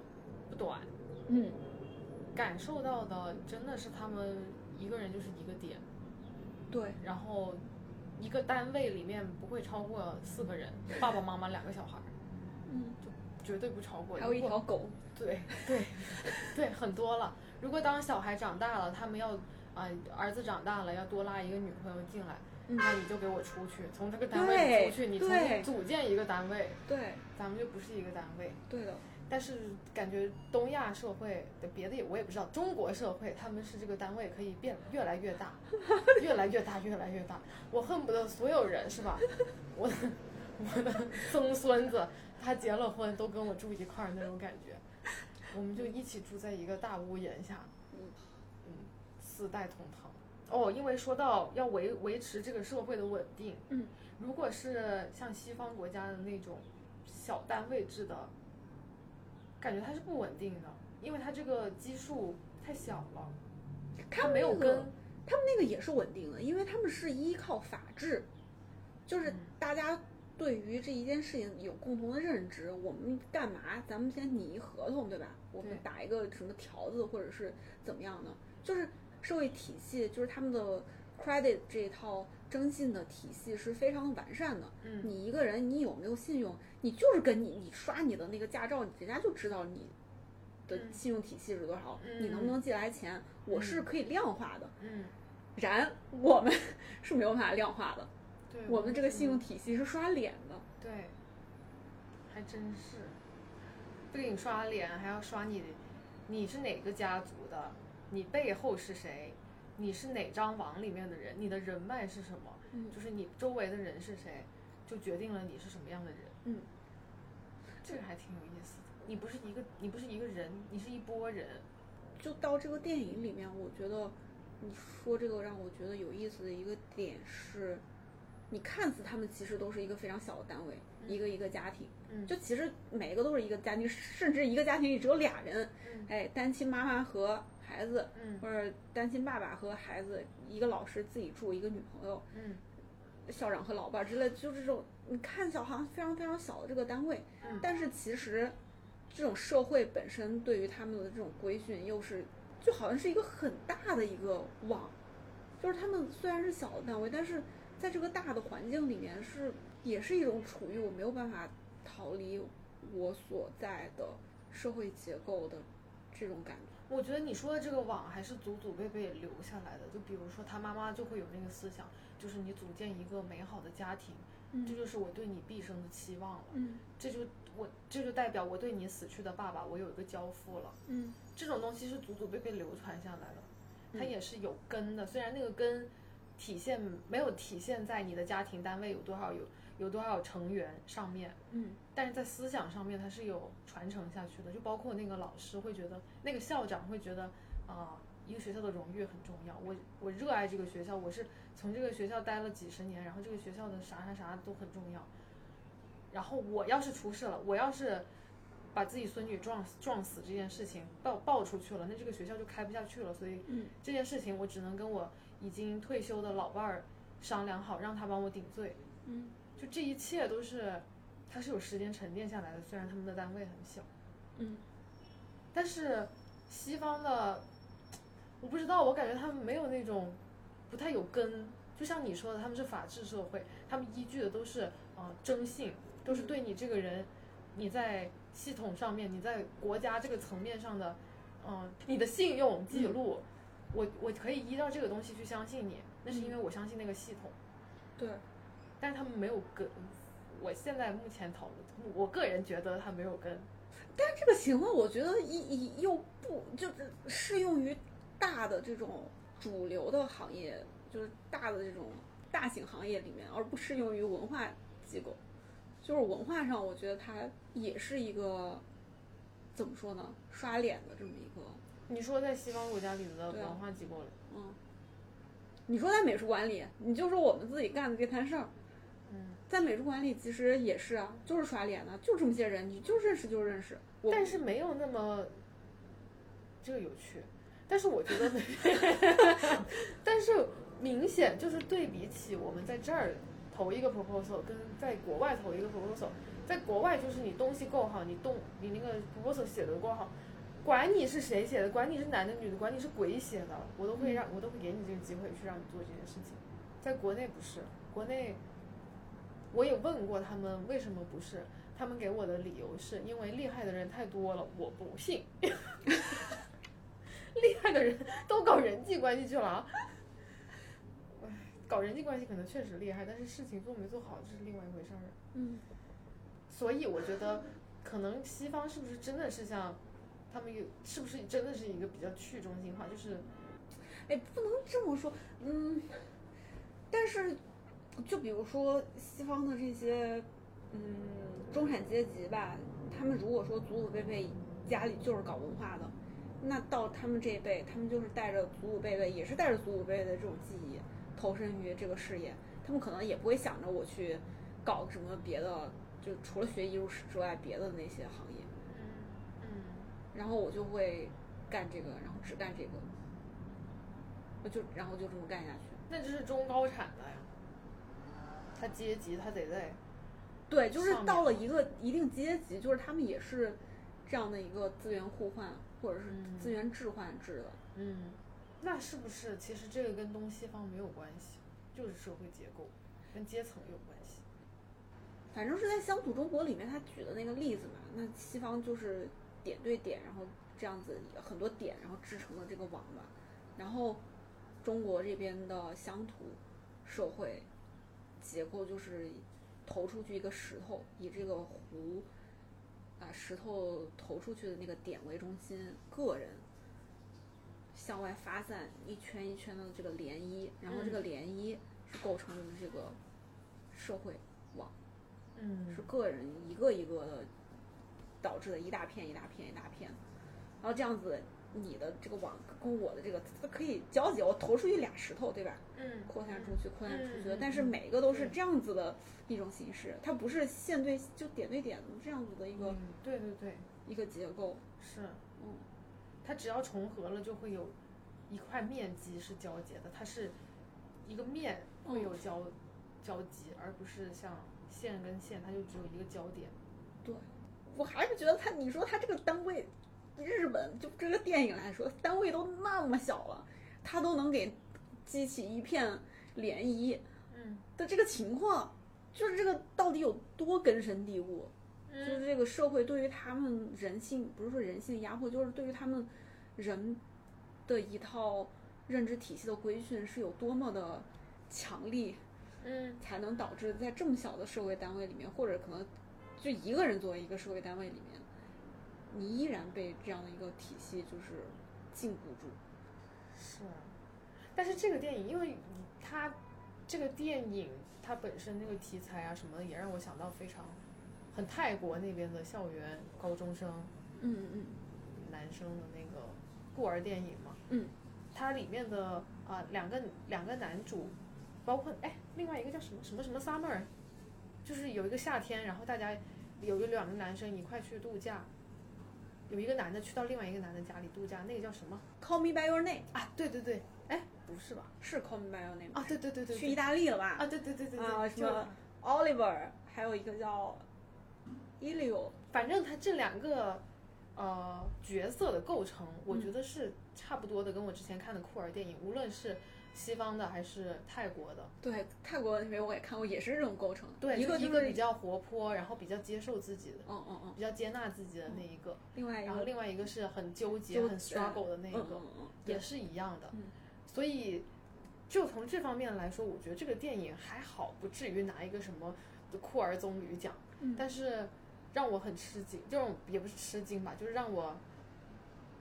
Speaker 1: 不短，
Speaker 2: 嗯，
Speaker 1: 感受到的真的是他们一个人就是一个点，
Speaker 2: 对，
Speaker 1: 然后一个单位里面不会超过四个人，爸爸妈妈两个小孩儿，
Speaker 2: 嗯，
Speaker 1: 绝对不超过。
Speaker 2: 还有一
Speaker 1: 如果
Speaker 2: 条狗，
Speaker 1: 对对对，很多了。如果当小孩长大了，他们要啊、儿子长大了要多拉一个女朋友进来，
Speaker 2: 嗯
Speaker 1: 那你就给我出去，从这个单位里出去，
Speaker 2: 对
Speaker 1: 你重
Speaker 2: 对
Speaker 1: 新组建一个单位，
Speaker 2: 对，
Speaker 1: 咱们就不是一个单位。
Speaker 2: 对的，
Speaker 1: 但是感觉东亚社会的别的也我也不知道，中国社会他们是这个单位可以变越来越 大，越来越大，越来越大。我恨不得所有人是吧？ 我的我的曾孙子他结了婚都跟我住一块儿那种感觉，我们就一起住在一个大屋檐下，
Speaker 2: 嗯
Speaker 1: 嗯，四代同堂。哦，因为说到要维维持这个社会的稳定，
Speaker 2: 嗯，
Speaker 1: 如果是像西方国家的那种小单位制的感觉它是不稳定的，因为它这个基数太小了，它没有
Speaker 2: 那个
Speaker 1: 根。
Speaker 2: 他们那个也是稳定的，因为他们是依靠法治，就是
Speaker 1: 嗯
Speaker 2: 大家对于这一件事情有共同的认知。我们干嘛？咱们先拟一合同，对吧？我们
Speaker 1: 对
Speaker 2: 打一个什么条子，或者是怎么样的？就是社会体系，就是他们的 credit 这一套征信的体系是非常完善的。
Speaker 1: 嗯，
Speaker 2: 你一个人，你有没有信用，你就是跟你你刷你的那个驾照，人家就知道你的
Speaker 1: 嗯
Speaker 2: 信用体系是多少，
Speaker 1: 嗯
Speaker 2: 你能不能借来钱，我是可以量化的。
Speaker 1: 嗯，
Speaker 2: 然我们是没有办法量化的，
Speaker 1: 对，
Speaker 2: 我们这个信用
Speaker 1: 嗯
Speaker 2: 体系是刷脸的。
Speaker 1: 对，还真是，不给你刷脸，还要刷你，你是哪个家族的，你背后是谁，你是哪张网里面的人，你的人脉是什么，
Speaker 2: 嗯
Speaker 1: 就是你周围的人是谁，就决定了你是什么样的人。
Speaker 2: 嗯，
Speaker 1: 这个还挺有意思的。你不是一个，你不是一个人，你是一波人。
Speaker 2: 就到这个电影里面，我觉得你说这个让我觉得有意思的一个点是，你看似他们其实都是一个非常小的单位，一个一个家庭，
Speaker 1: 嗯
Speaker 2: 就其实每个都是一个家庭，甚至一个家庭里只有俩人，
Speaker 1: 嗯
Speaker 2: 哎，单亲妈妈和孩子，
Speaker 1: 嗯
Speaker 2: 或者单亲爸爸和孩子，一个老师自己住，一个女朋友，
Speaker 1: 嗯
Speaker 2: 校长和老伴儿之类，就这种你看起来好像非常非常小的这个单位，
Speaker 1: 嗯
Speaker 2: 但是其实这种社会本身对于他们的这种规训，又是就好像是一个很大的一个网，就是他们虽然是小的单位，但是在这个大的环境里面是也是一种处于我没有办法逃离我所在的社会结构的这种感觉。
Speaker 1: 我觉得你说的这个网还是祖祖辈辈留下来的。就比如说他妈妈就会有那个思想，就是你组建一个美好的家庭，这就是我对你毕生的期望了。
Speaker 2: 嗯
Speaker 1: 这就我这就代表我对你死去的爸爸，我有一个交付了。
Speaker 2: 嗯
Speaker 1: 这种东西是祖祖辈辈流传下来的，它
Speaker 2: 嗯
Speaker 1: 也是有根的。虽然那个根体现没有体现在你的家庭单位有多少有有多少成员上面，
Speaker 2: 嗯
Speaker 1: 但是在思想上面它是有传承下去的，就包括那个老师会觉得，那个校长会觉得，啊、一个学校的荣誉很重要，我我热爱这个学校，我是从这个学校待了几十年，然后这个学校的啥啥啥都很重要，然后我要是出事了，我要是把自己孙女撞死撞死这件事情爆爆出去了，那这个学校就开不下去了，所以
Speaker 2: 嗯
Speaker 1: 这件事情我只能跟我已经退休的老伴儿商量好，让他帮我顶罪。
Speaker 2: 嗯
Speaker 1: 就这一切都是，它是有时间沉淀下来的。虽然他们的单位很小，
Speaker 2: 嗯，
Speaker 1: 但是西方的，我不知道，我感觉他们没有那种不太有根。就像你说的，他们是法治社会，他们依据的都是呃征信，都是对你这个人，你在系统上面，你在国家这个层面上的，嗯、你的信用记录，我我可以依照这个东西去相信你，那是因为我相信那个系统。
Speaker 2: 对，
Speaker 1: 但是他们没有根。我现在目前讨论，我个人觉得他没有根。
Speaker 2: 但这个情况，我觉得一一又不就是适用于大的这种主流的行业，就是大的这种大型行业里面，而不适用于文化机构。就是文化上，我觉得它也是一个怎么说呢，刷脸的这么一个，
Speaker 1: 你说在西方国家里的
Speaker 2: 对啊
Speaker 1: 文化机构里，
Speaker 2: 嗯。你说在美术馆里，你就说我们自己干的这摊事儿，
Speaker 1: 嗯，
Speaker 2: 在美术馆里其实也是啊，就是刷脸的，就这么些人，你就认识就认识。我
Speaker 1: 但是没有那么这个有趣。但是我觉得， 但是明显就是对比起我们在这儿投一个 proposal 跟在国外投一个 proposal，在国外就是你东西够好，你动你那个 proposal 写的够好，管你是谁写的，管你是男的女的，管你是鬼写的，我都
Speaker 2: 嗯
Speaker 1: 会让我都会给你这个机会去让你做这件事情。在国内不是，国内我也问过他们为什么不是，他们给我的理由是因为厉害的人太多了，我不信。 厉害的人都搞人际关系去了啊！唉搞人际关系可能确实厉害，但是事情做没做好这是另外一回事儿。
Speaker 2: 嗯，
Speaker 1: 所以我觉得，可能西方是不是真的是像他们有，是不是真的是一个比较去中心化，就是
Speaker 2: 哎，不能这么说，嗯，但是就比如说西方的这些，嗯，中产阶级吧，他们如果说祖祖辈辈家里就是搞文化的，那到他们这一辈，他们就是带着祖祖辈辈，也是带着祖祖辈辈的这种记忆，投身于这个事业，他们可能也不会想着我去搞什么别的，就除了学艺术史之外别的那些行业，
Speaker 1: 嗯，
Speaker 2: 然后我就会干这个，然后只干这个，我就然后就这么干下去。
Speaker 1: 那就是中高产的呀，他阶级他得累，
Speaker 2: 对，就是
Speaker 1: 上面
Speaker 2: 到了一个一定阶级，就是他们也是这样的一个资源互换或者是
Speaker 1: 嗯
Speaker 2: 资源置换制的。
Speaker 1: 嗯，那是不是其实这个跟东西方没有关系，就是社会结构跟阶层有关系。
Speaker 2: 反正是在乡土中国里面，他举的那个例子嘛，那西方就是点对点，然后这样子很多点，然后织成了这个网嘛。然后中国这边的乡土社会结构就是投出去一个石头，以这个湖啊石头投出去的那个点为中心，个人向外发散一圈一圈的这个涟漪，然后这个涟漪是构成了这个社会。
Speaker 1: 嗯
Speaker 2: 是个人一个一个的导致的一大片一大片一大片，然后这样子你的这个网跟我的这个它可以交集，我投出去俩石头，对吧？
Speaker 1: 嗯
Speaker 2: 扩散出去，扩散出去
Speaker 1: 嗯嗯嗯
Speaker 2: 但是每个都是这样子的一种形式，它不是线对就点对点这样子的一个、
Speaker 1: 嗯，对对对，
Speaker 2: 一个结构。
Speaker 1: 是，
Speaker 2: 嗯，
Speaker 1: 它只要重合了，就会有一块面积是交接的，它是一个面
Speaker 2: 嗯
Speaker 1: 会有交、交集，而不是像线跟线，它就只有一个交点。
Speaker 2: 我还是觉得它，你说它这个单位，日本就这个电影来说，单位都那么小了，它都能给激起一片涟漪。
Speaker 1: 嗯，
Speaker 2: 的这个情况，就是这个到底有多根深蒂固？
Speaker 1: 嗯
Speaker 2: 就是这个社会对于他们人性，不是说人性压迫，就是对于他们人的一套认知体系的规训是有多么的强力，
Speaker 1: 嗯
Speaker 2: 才能导致在这么小的社会单位里面，或者可能就一个人作为一个社会单位里面，你依然被这样的一个体系就是禁锢住。
Speaker 1: 是。但是这个电影，因为它这个电影它本身那个题材啊什么的，也让我想到非常很泰国那边的校园高中生
Speaker 2: 嗯嗯
Speaker 1: 男生的那个孤儿电影嘛，
Speaker 2: 嗯，
Speaker 1: 它里面的啊、两个两个男主，包括哎另外一个叫什么什么什么 summer，就是有一个夏天，然后大家有一两个男生一块去度假，有一个男的去到另外一个男的家里度假，那个叫什么
Speaker 2: ，Call me by your name
Speaker 1: 啊？对对对，哎不是吧？
Speaker 2: 是 Call me by your name
Speaker 1: 啊对对对对
Speaker 2: 去
Speaker 1: 对
Speaker 2: 意大利了吧？
Speaker 1: 啊对对对对
Speaker 2: 啊
Speaker 1: 对，
Speaker 2: 什
Speaker 1: 就
Speaker 2: 么 Oliver，还有一个叫 Elio，
Speaker 1: 反正他这两个呃角色的构成，我
Speaker 2: 嗯
Speaker 1: 觉得是差不多的，跟我之前看的酷儿电影，无论是西方的还是泰国的，
Speaker 2: 对，泰国那边我也看过，也是这种构成，
Speaker 1: 对，
Speaker 2: 一
Speaker 1: 就
Speaker 2: 个
Speaker 1: 一
Speaker 2: 就
Speaker 1: 个
Speaker 2: 是，
Speaker 1: 比较活泼，然后比较接受自己的，
Speaker 2: 嗯嗯嗯，
Speaker 1: 比较接纳自己的那一个，
Speaker 2: 另外一
Speaker 1: 然后
Speaker 2: 个，
Speaker 1: 另外一个是很纠结、
Speaker 2: 纠
Speaker 1: 很
Speaker 2: 结
Speaker 1: struggle 的那
Speaker 2: 嗯
Speaker 1: 一个，
Speaker 2: 嗯嗯，
Speaker 1: 也
Speaker 2: 对，
Speaker 1: 是一样的
Speaker 2: 嗯。
Speaker 1: 所以，就从这方面来说，我觉得这个电影还好，不至于拿一个什么酷儿棕榈奖。
Speaker 2: 嗯
Speaker 1: 但是让我很吃惊，就是也不是吃惊吧，就是让我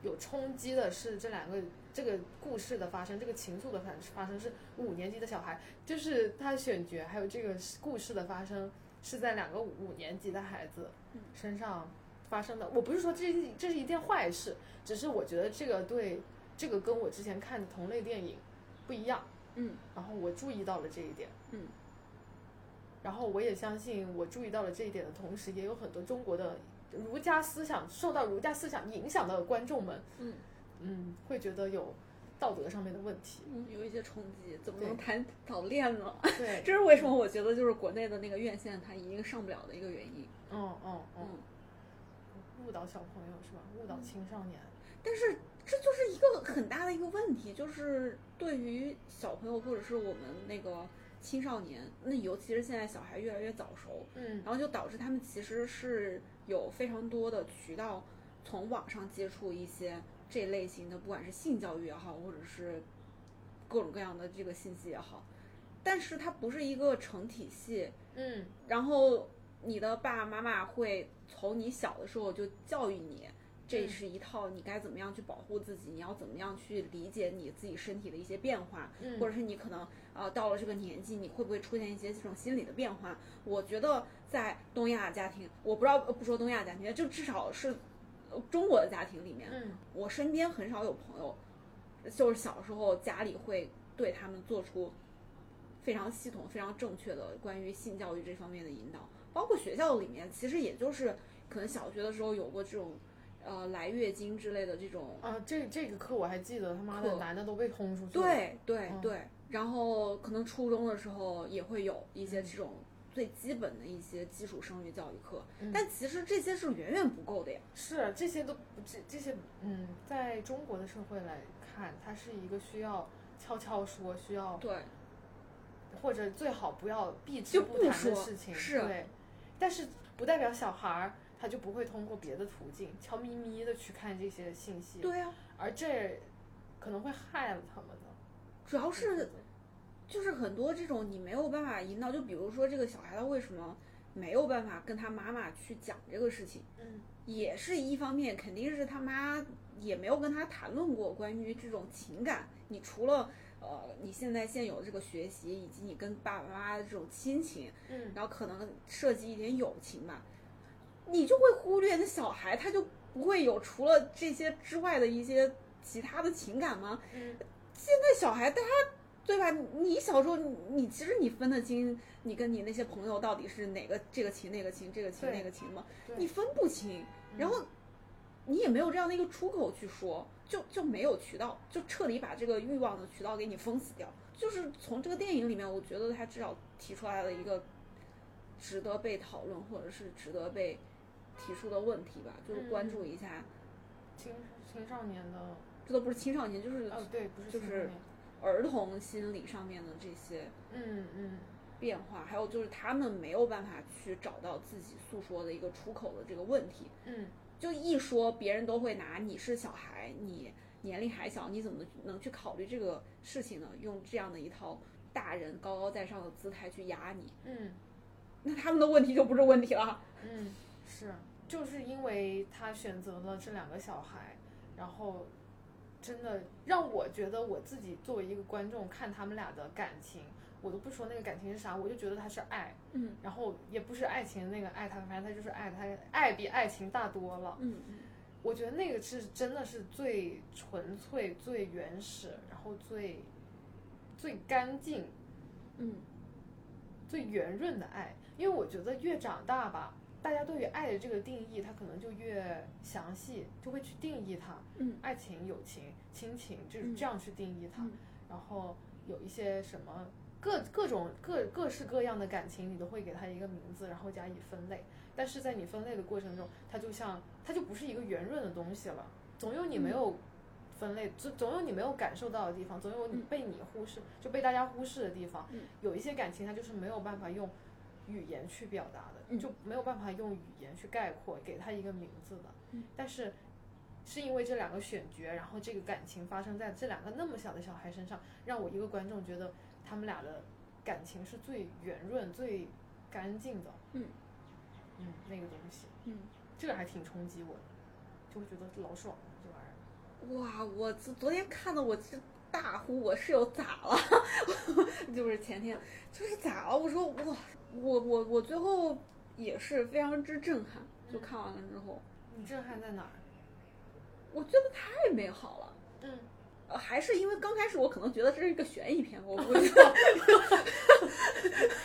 Speaker 1: 有冲击的是这两个这个故事的发生，这个情愫的发发生是五年级的小孩，就是他选角，还有这个故事的发生是在两个五年级的孩子
Speaker 2: 嗯
Speaker 1: 身上发生的。我不是说这是这是一件坏事，只是我觉得这个对这个跟我之前看的同类电影不一样，
Speaker 2: 嗯，
Speaker 1: 然后我注意到了这一点。
Speaker 2: 嗯，
Speaker 1: 然后我也相信，我注意到了这一点的同时，也有很多中国的儒家思想受到儒家思想影响的观众们，
Speaker 2: 嗯
Speaker 1: 嗯，会觉得有道德上面的问 题。
Speaker 2: 嗯，有一些冲击，怎么
Speaker 1: 对
Speaker 2: 能谈早恋呢？
Speaker 1: 对，
Speaker 2: 这是为什么？我觉得就是国内的那个院线它一定上不了的一个原因。
Speaker 1: 嗯嗯嗯
Speaker 2: 嗯，
Speaker 1: 误导小朋友是吧？误导青少年。
Speaker 2: 但是这就是一个很大的一个问题，就是对于小朋友或者是我们那个青少年，那尤其是现在小孩越来越早熟，
Speaker 1: 嗯
Speaker 2: 然后就导致他们其实是有非常多的渠道从网上接触一些这类型的，不管是性教育也好，或者是各种各样的这个信息也好，但是它不是一个成体系，
Speaker 1: 嗯
Speaker 2: 然后你的爸爸妈妈会从你小的时候就教育你，这是一套你该怎么样去保护自己，你要怎么样去理解你自己身体的一些变化，
Speaker 1: 嗯，
Speaker 2: 或者是你可能呃到了这个年纪，你会不会出现一些这种心理的变化？我觉得在东亚家庭，我不知道呃不说东亚家庭，就至少是呃中国的家庭里面，
Speaker 1: 嗯
Speaker 2: 我身边很少有朋友，就是小时候家里会对他们做出非常系统、非常正确的关于性教育这方面的引导，包括学校里面，其实也就是可能小学的时候有过这种呃来月经之类的这种，
Speaker 1: 啊，这这个课我还记得，他妈的
Speaker 2: 课
Speaker 1: 男的都被轰出去了。
Speaker 2: 对对
Speaker 1: 嗯
Speaker 2: 对，然后可能初中的时候也会有一些
Speaker 1: 嗯
Speaker 2: 这种。最基本的一些基础生育教育课，
Speaker 1: 嗯
Speaker 2: 但其实这些是远远不够的呀。
Speaker 1: 是啊这些都不这这些嗯，在中国的社会来看，它是一个需要悄悄说，需要
Speaker 2: 对，
Speaker 1: 或者最好不要避之
Speaker 2: 就
Speaker 1: 不
Speaker 2: 不
Speaker 1: 谈的
Speaker 2: 说
Speaker 1: 事情，
Speaker 2: 是啊
Speaker 1: 对。但是不代表小孩儿他就不会通过别的途径悄咪咪的去看这些信息，
Speaker 2: 对呀、
Speaker 1: 而这可能会害了他们的。
Speaker 2: 主要是就是很多这种你没有办法引导，就比如说这个小孩他为什么没有办法跟他妈妈去讲这个事情，
Speaker 1: 嗯
Speaker 2: 也是一方面，肯定是他妈也没有跟他谈论过关于这种情感。你除了呃你现在现有的这个学习，以及你跟爸爸妈妈的这种亲情，
Speaker 1: 嗯，
Speaker 2: 然后可能涉及一点友情吧，你就会忽略那小孩，他就不会有除了这些之外的一些其他的情感吗？
Speaker 1: 嗯
Speaker 2: 那小孩大家对吧？你小时候你你其实你分得清你跟你那些朋友到底是哪个这个情那个情这个情
Speaker 1: 对
Speaker 2: 那个情吗？
Speaker 1: 对嗯
Speaker 2: 你分不清，然后你也没有这样的一个出口去说，就就没有渠道，就彻底把这个欲望的渠道给你封死掉。就是从这个电影里面，我觉得他至少提出来了一个值得被讨论或者是值得被提出的问题吧，就是关
Speaker 1: 嗯
Speaker 2: 注一下，
Speaker 1: 青青少年的
Speaker 2: 这都不是青少年，就是
Speaker 1: 哦，对，不是
Speaker 2: 嗯就
Speaker 1: 青少
Speaker 2: 是
Speaker 1: 年，
Speaker 2: 儿童心理上面的这些。
Speaker 1: 嗯嗯
Speaker 2: 变化，还有就是他们没有办法去找到自己诉说的一个出口的这个问题，
Speaker 1: 嗯
Speaker 2: 就一说别人都会拿你是小孩，你年龄还小，你怎么能去考虑这个事情呢？用这样的一套大人高高在上的姿态去压你，
Speaker 1: 嗯
Speaker 2: 那他们的问题就不是问题了。
Speaker 1: 嗯，是，就是因为他选择了这两个小孩，然后真的让我觉得我自己作为一个观众看他们俩的感情，我都不说那个感情是啥，我就觉得他是爱，
Speaker 2: 嗯
Speaker 1: 然后也不是爱情那个爱他，反正他就是爱他，爱比爱情大多了。
Speaker 2: 嗯，
Speaker 1: 我觉得那个是真的是最纯粹、最原始，然后最最干净、
Speaker 2: 嗯，
Speaker 1: 最圆润的爱。因为我觉得越长大吧，大家对于爱的这个定义，它可能就越详细，就会去定义它。
Speaker 2: 嗯，
Speaker 1: 爱情、友情、亲情，就是
Speaker 2: 嗯
Speaker 1: 这样去定义它。
Speaker 2: 嗯
Speaker 1: 然后有一些什么各各种各各式各样的感情，你都会给它一个名字，然后加以分类。但是在你分类的过程中，它就像它就不是一个圆润的东西了，总有你
Speaker 2: 嗯
Speaker 1: 没有分类，总总有你没有感受到的地方，总有你
Speaker 2: 嗯
Speaker 1: 被你忽视、就被大家忽视的地方。
Speaker 2: 嗯
Speaker 1: 有一些感情它就是没有办法用语言去表达的，
Speaker 2: 嗯
Speaker 1: 就没有办法用语言去概括，给它一个名字的。
Speaker 2: 嗯
Speaker 1: 但是是因为这两个选角，然后这个感情发生在这两个那么小的小孩身上，让我一个观众觉得他们俩的感情是最圆润、最干净的。
Speaker 2: 嗯
Speaker 1: 嗯，那个东西，
Speaker 2: 嗯，
Speaker 1: 这个还挺冲击我的，就会觉得老爽了这玩意儿。
Speaker 2: 哇，我昨昨天看的我这大呼我室友咋了？ 就是前天，就是咋了？我说哇，我我我最后也是非常之震撼，就看完了之后，
Speaker 1: 你震撼在哪儿？
Speaker 2: 我觉得太美好了。
Speaker 1: 嗯，
Speaker 2: 呃还是因为刚开始我可能觉得这是一个悬 疑片，我估计就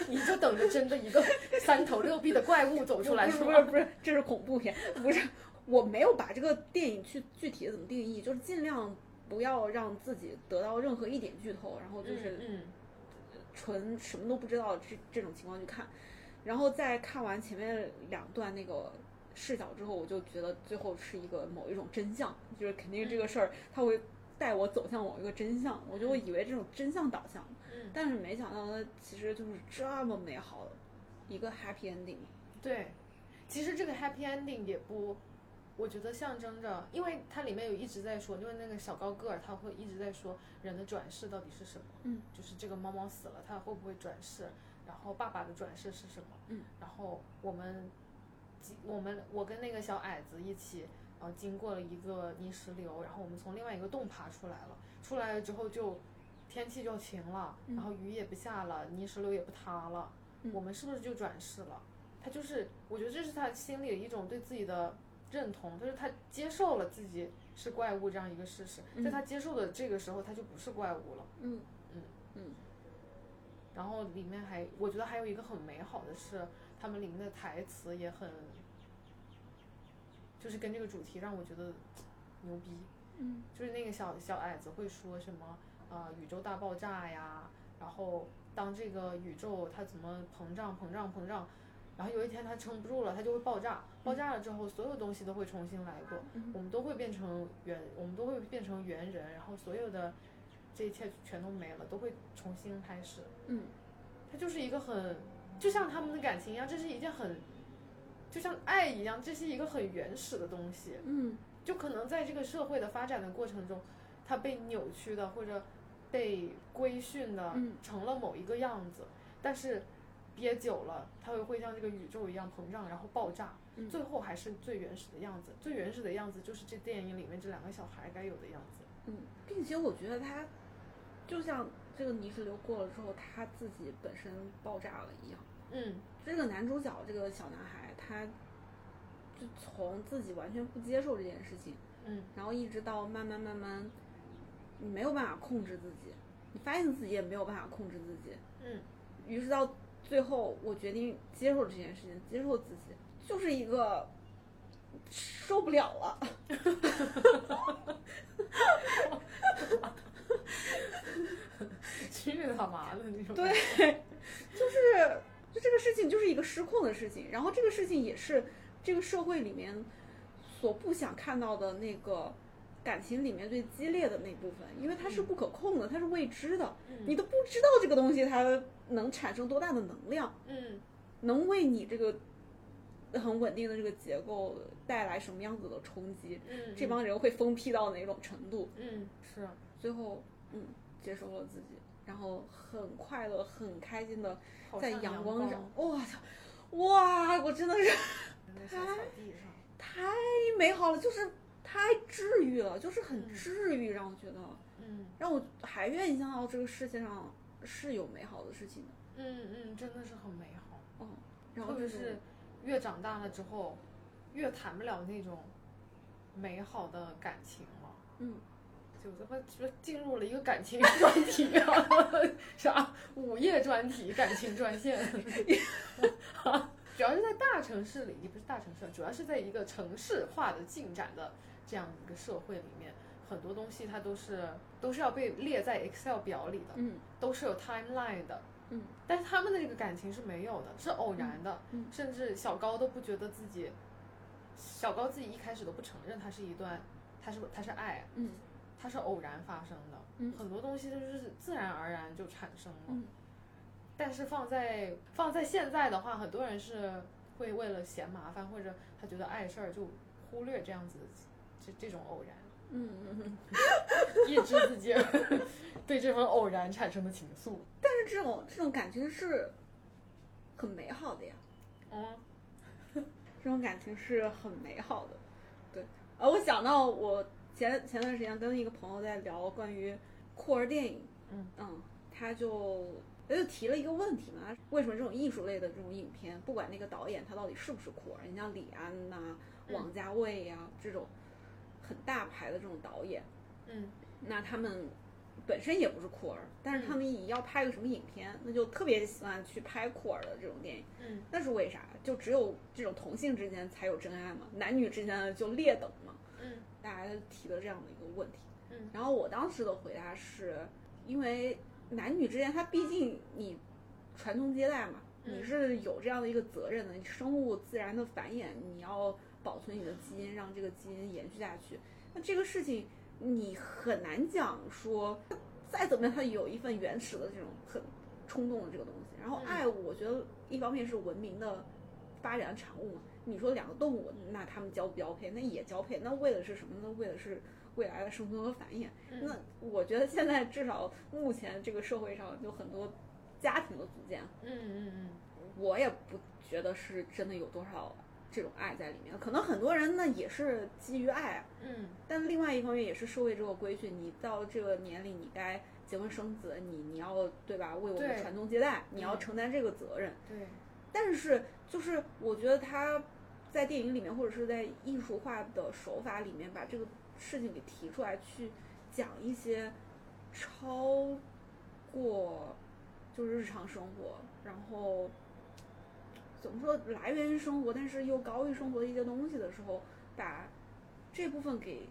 Speaker 1: 你就等着真的一个三头六臂的怪物走出来，是
Speaker 2: 不
Speaker 1: 吧
Speaker 2: 是不是，这是恐怖片，不是，我没有把这个电影去具体的怎么定义，就是尽量不要让自己得到任何一点剧透，然后就是
Speaker 1: 嗯
Speaker 2: 纯什么都不知道这这种情况去看，然后在看完前面两段那个视角之后，我就觉得最后是一个某一种真相，就是肯定这个事儿它会带我走向某一个真相，我就会以为这种真相导向，
Speaker 1: 嗯
Speaker 2: 但是没想到它其实就是这么美好的一个 happy ending。
Speaker 1: 对，其实这个 happy ending 也不，我觉得象征着，因为它里面有一直在说，因为那个小高个儿他会一直在说人的转世到底是什么，
Speaker 2: 嗯，
Speaker 1: 就是这个猫猫死了，它会不会转世，然后爸爸的转世是什么，
Speaker 2: 嗯，
Speaker 1: 然后我们几，我们我跟那个小矮子一起。呃，经过了一个泥石流，然后我们从另外一个洞爬出来了。出来了之后就天气就晴了，
Speaker 2: 嗯
Speaker 1: 然后雨也不下了，泥石流也不塌了，
Speaker 2: 嗯
Speaker 1: 我们是不是就转世了？他就是，我觉得这是他心里的一种对自己的认同，就是他接受了自己是怪物这样一个事实，
Speaker 2: 嗯
Speaker 1: 在他接受的这个时候，他就不是怪物了。
Speaker 2: 嗯
Speaker 1: 然后里面还，我觉得还有一个很美好的是，他们里面的台词也很，就是跟这个主题让我觉得牛逼。
Speaker 2: 嗯
Speaker 1: 就是那个小小矮子会说什么呃宇宙大爆炸呀，然后当这个宇宙它怎么膨胀膨胀膨胀，然后有一天它撑不住了，它就会爆炸，爆炸了之后所有东西都会重新来过，
Speaker 2: 嗯
Speaker 1: 我们都会变成原，我们都会变成猿人，然后所有的这一切全都没了，都会重新开始。
Speaker 2: 嗯，
Speaker 1: 它就是一个很，就像他们的感情一样，这是一件很，就像爱一样，这是一个很原始的东西。
Speaker 2: 嗯
Speaker 1: 就可能在这个社会的发展的过程中，它被扭曲的或者被规训的
Speaker 2: 嗯
Speaker 1: 成了某一个样子，但是憋久了，它会会像这个宇宙一样膨胀，然后爆炸，
Speaker 2: 嗯
Speaker 1: 最后还是最原始的样子。最原始的样子就是这电影里面这两个小孩该有的样子。
Speaker 2: 嗯，并且我觉得他就像这个泥石流过了之后，他自己本身爆炸了一样。
Speaker 1: 嗯
Speaker 2: 这个男主角这个小男孩，他就从自己完全不接受这件事情，
Speaker 1: 嗯
Speaker 2: 然后一直到慢慢慢慢，你没有办法控制自己，你发现自己也没有办法控制自己，
Speaker 1: 嗯，
Speaker 2: 于是到最后，我决定接受这件事情，接受自己，就是一个受不了了。
Speaker 1: 去他妈的那种。
Speaker 2: 对，就是就这个事情就是一个失控的事情，然后这个事情也是这个社会里面所不想看到的那个感情里面最激烈的那部分，因为它是不可控的，它是未知的，你都不知道这个东西它能产生多大的能量，
Speaker 1: 嗯
Speaker 2: 能为你这个很稳定的这个结构带来什么样子的冲击，
Speaker 1: 嗯，
Speaker 2: 这帮人会疯批到哪种程度，
Speaker 1: 嗯是
Speaker 2: 最后嗯接受了自己，然后很快乐、很开心的。
Speaker 1: 好
Speaker 2: 在
Speaker 1: 像
Speaker 2: 阳
Speaker 1: 阳
Speaker 2: 光上，我操，哇，我真的是
Speaker 1: 那小草地上。
Speaker 2: 太美好了，就是太治愈了，就是很
Speaker 1: 嗯
Speaker 2: 治愈，让我觉得，
Speaker 1: 嗯
Speaker 2: 让我还愿意想到这个世界上是有美好的事情的，
Speaker 1: 嗯嗯，真的是很美好。
Speaker 2: 嗯，然
Speaker 1: 特
Speaker 2: 后
Speaker 1: 别
Speaker 2: 就是
Speaker 1: 是越长大了之后，越谈不了那种美好的感情了。
Speaker 2: 嗯，
Speaker 1: 就他妈说进入了一个感情专题啊， 啥午夜专题、感情专线。 主要是在大城市里，也不是大城市，啊主要是在一个城市化的进展的这样一个社会里面，很多东西它都是都是要被列在 Excel 表里的，
Speaker 2: 嗯
Speaker 1: 都是有 timeline 的。
Speaker 2: 嗯，
Speaker 1: 但是他们的这个感情是没有的，是偶然的，
Speaker 2: 嗯嗯
Speaker 1: 甚至小高都不觉得自己，小高自己一开始都不承认他是一段，他是他是爱，
Speaker 2: 嗯
Speaker 1: 他是偶然发生的，
Speaker 2: 嗯
Speaker 1: 很多东西就是自然而然就产生了。
Speaker 2: 嗯
Speaker 1: 但是放在放在现在的话，很多人是会为了嫌麻烦，或者他觉得碍事儿，就忽略这样子的这这种偶 然，
Speaker 2: 嗯嗯嗯，
Speaker 1: 抑制自己 对这份偶然产生的情愫。
Speaker 2: 但是这种这种感情是很美好的呀，
Speaker 1: 嗯
Speaker 2: 这种感情是很美好的。对，呃，我想到我前前段时间跟一个朋友在聊关于酷儿电影，
Speaker 1: 嗯
Speaker 2: 他就他就提了一个问题嘛，为什么这种艺术类的这种影片，不管那个导演他到底是不是酷儿，你像李安呐、
Speaker 1: 嗯
Speaker 2: 王家卫呀、这种很大牌的这种导演，
Speaker 1: 嗯
Speaker 2: 那他们本身也不是酷儿，但
Speaker 1: 嗯
Speaker 2: 是他们一要拍个什么影片，那就特别喜欢去拍酷儿的这种电影。
Speaker 1: 嗯
Speaker 2: 那是为啥？就只有这种同性之间才有真爱嘛，男女之间就劣等嘛。
Speaker 1: 嗯
Speaker 2: 大家提了这样的一个问题，
Speaker 1: 嗯嗯
Speaker 2: 然后我当时的回答是，因为男女之间，他毕竟你传宗接代嘛，你
Speaker 1: 嗯
Speaker 2: 是有这样的一个责任的。你生物自然的繁衍，你要保存你的基因，让这个基因延续下去。那这个事情你很难讲说，再怎么样，它有一份原始的这种很冲动的这个东西。然后
Speaker 1: 嗯
Speaker 2: 爱，我觉得一方面是文明的发展产物嘛。你说两个动物，那它们交不交配？那也交配。那为的是什么呢？为的是未来的生存和繁衍。
Speaker 1: 嗯
Speaker 2: 那我觉得现在至少目前这个社会上有很多家庭的组建，
Speaker 1: 嗯嗯
Speaker 2: 我也不觉得是真的有多少这种爱在里面。可能很多人呢也是基于爱，
Speaker 1: 嗯
Speaker 2: 但另外一方面也是社会这个规矩，你到这个年龄你该结婚生子，你你要对吧？为我们
Speaker 1: 对
Speaker 2: 传宗接代，你要
Speaker 1: 嗯
Speaker 2: 承担这个责任。
Speaker 1: 嗯，对，
Speaker 2: 但是就是我觉得他在电影里面或者是在艺术化的手法里面把这个事情给提出来，去讲一些超过就是日常生活，然后怎么说来源于生活，但是又高于生活的一些东西的时候，把这部分给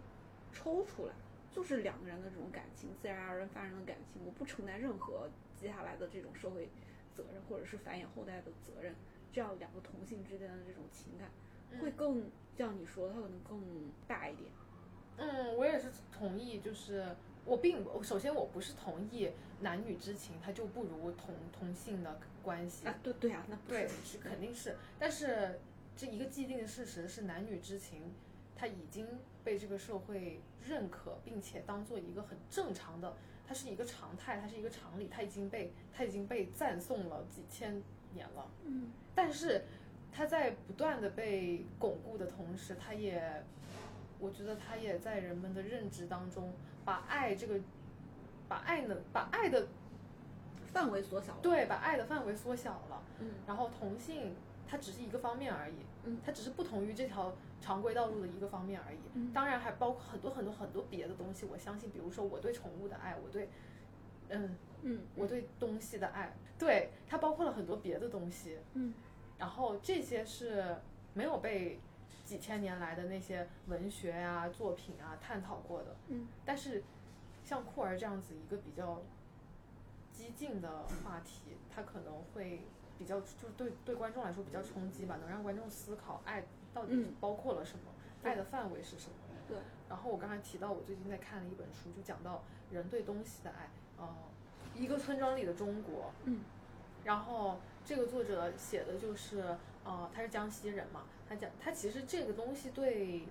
Speaker 2: 抽出来。就是两个人的这种感情，自然而然发生的感情，我不承担任何接下来的这种社会责任，或者是繁衍后代的责任，这样两个同性之间的这种情感，会更像你说，它可能更大一点。
Speaker 1: 嗯，我也是同意，就是我并我首先我不是同意男女之情，它就不如同同性的关系，
Speaker 2: 啊，对对啊，那不
Speaker 1: 对，
Speaker 2: 是
Speaker 1: 是肯定是，但是这一个既定的事实是男女之情，它已经被这个社会认可，并且当做一个很正常的，它是一个常态，它是一个常理，它已经被它已经被赞颂了几千年了。
Speaker 2: 嗯，
Speaker 1: 但是它在不断的被巩固的同时，它也，我觉得它也在人们的认知当中，把爱这个，把爱呢，把爱的
Speaker 2: 范围缩小了。
Speaker 1: 对，把爱的范围缩小了。
Speaker 2: 嗯，
Speaker 1: 然后同性它只是一个方面而已，
Speaker 2: 嗯，
Speaker 1: 它只是不同于这条常规道路的一个方面而已。
Speaker 2: 嗯
Speaker 1: 当然还包括很多很多很多别的东西，我相信，比如说我对宠物的爱，我对，嗯，
Speaker 2: 嗯，
Speaker 1: 我对东西的爱，对它包括了很多别的东西，
Speaker 2: 嗯，
Speaker 1: 然后这些是没有被几千年来的那些文学啊、作品啊探讨过的，
Speaker 2: 嗯，
Speaker 1: 但是像酷儿这样子一个比较激进的话题，它可能会比较就是对对观众来说比较冲击吧，能让观众思考爱到底
Speaker 2: 嗯
Speaker 1: 包括了什么，
Speaker 2: 对
Speaker 1: 爱的范围是什么。
Speaker 2: 对。
Speaker 1: 然后我刚才提到，我最近在看了一本书，就讲到人对东西的爱，呃，一个村庄里的中国，
Speaker 2: 嗯，
Speaker 1: 然后这个作者写的就是，呃，他是江西人嘛，他讲他其实这个东西对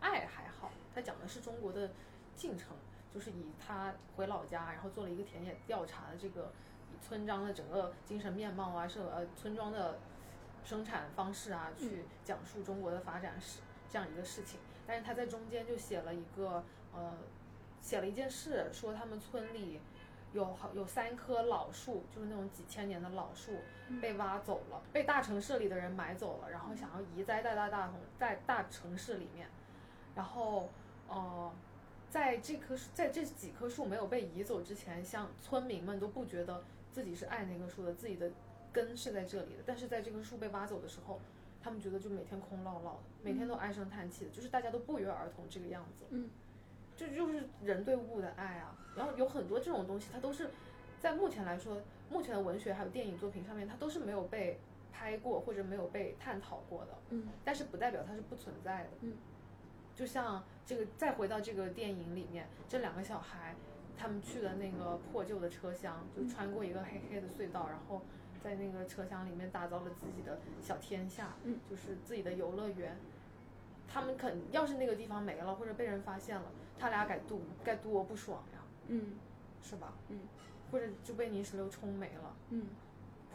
Speaker 1: 爱还好，他讲的是中国的进程，就是以他回老家，然后做了一个田野调查的这个村庄的整个精神面貌啊，是呃村庄的生产方式啊，去讲述中国的发展史这样一个事情。但是他在中间就写了一个呃，写了一件事，说他们村里有好有三棵老树，就是那种几千年的老树
Speaker 2: 嗯
Speaker 1: 被挖走了，被大城市里的人买走了，然后想要移栽在大大同在大城市里面，然后呃。在这棵树，在这几棵树没有被移走之前，像村民们都不觉得自己是爱那棵树的，自己的根是在这里的。但是在这棵树被挖走的时候，他们觉得就每天空落落的，每天都唉声叹气的，就是大家都不约而同这个样子。
Speaker 2: 嗯，
Speaker 1: 这就是人对物的爱啊。然后有很多这种东西，它都是在目前来说，目前的文学还有电影作品上面，它都是没有被拍过或者没有被探讨过的。
Speaker 2: 嗯，
Speaker 1: 但是不代表它是不存在的。
Speaker 2: 嗯，
Speaker 1: 就像这个，再回到这个电影里面，这两个小孩他们去的那个破旧的车厢，
Speaker 2: 嗯
Speaker 1: 就穿过一个黑黑的隧道，然后在那个车厢里面打造了自己的小天下，
Speaker 2: 嗯，
Speaker 1: 就是自己的游乐园。他们肯要是那个地方没了，或者被人发现了，他俩该多该多不爽呀，
Speaker 2: 嗯
Speaker 1: 是吧？
Speaker 2: 嗯，
Speaker 1: 或者就被泥石流冲没了，
Speaker 2: 嗯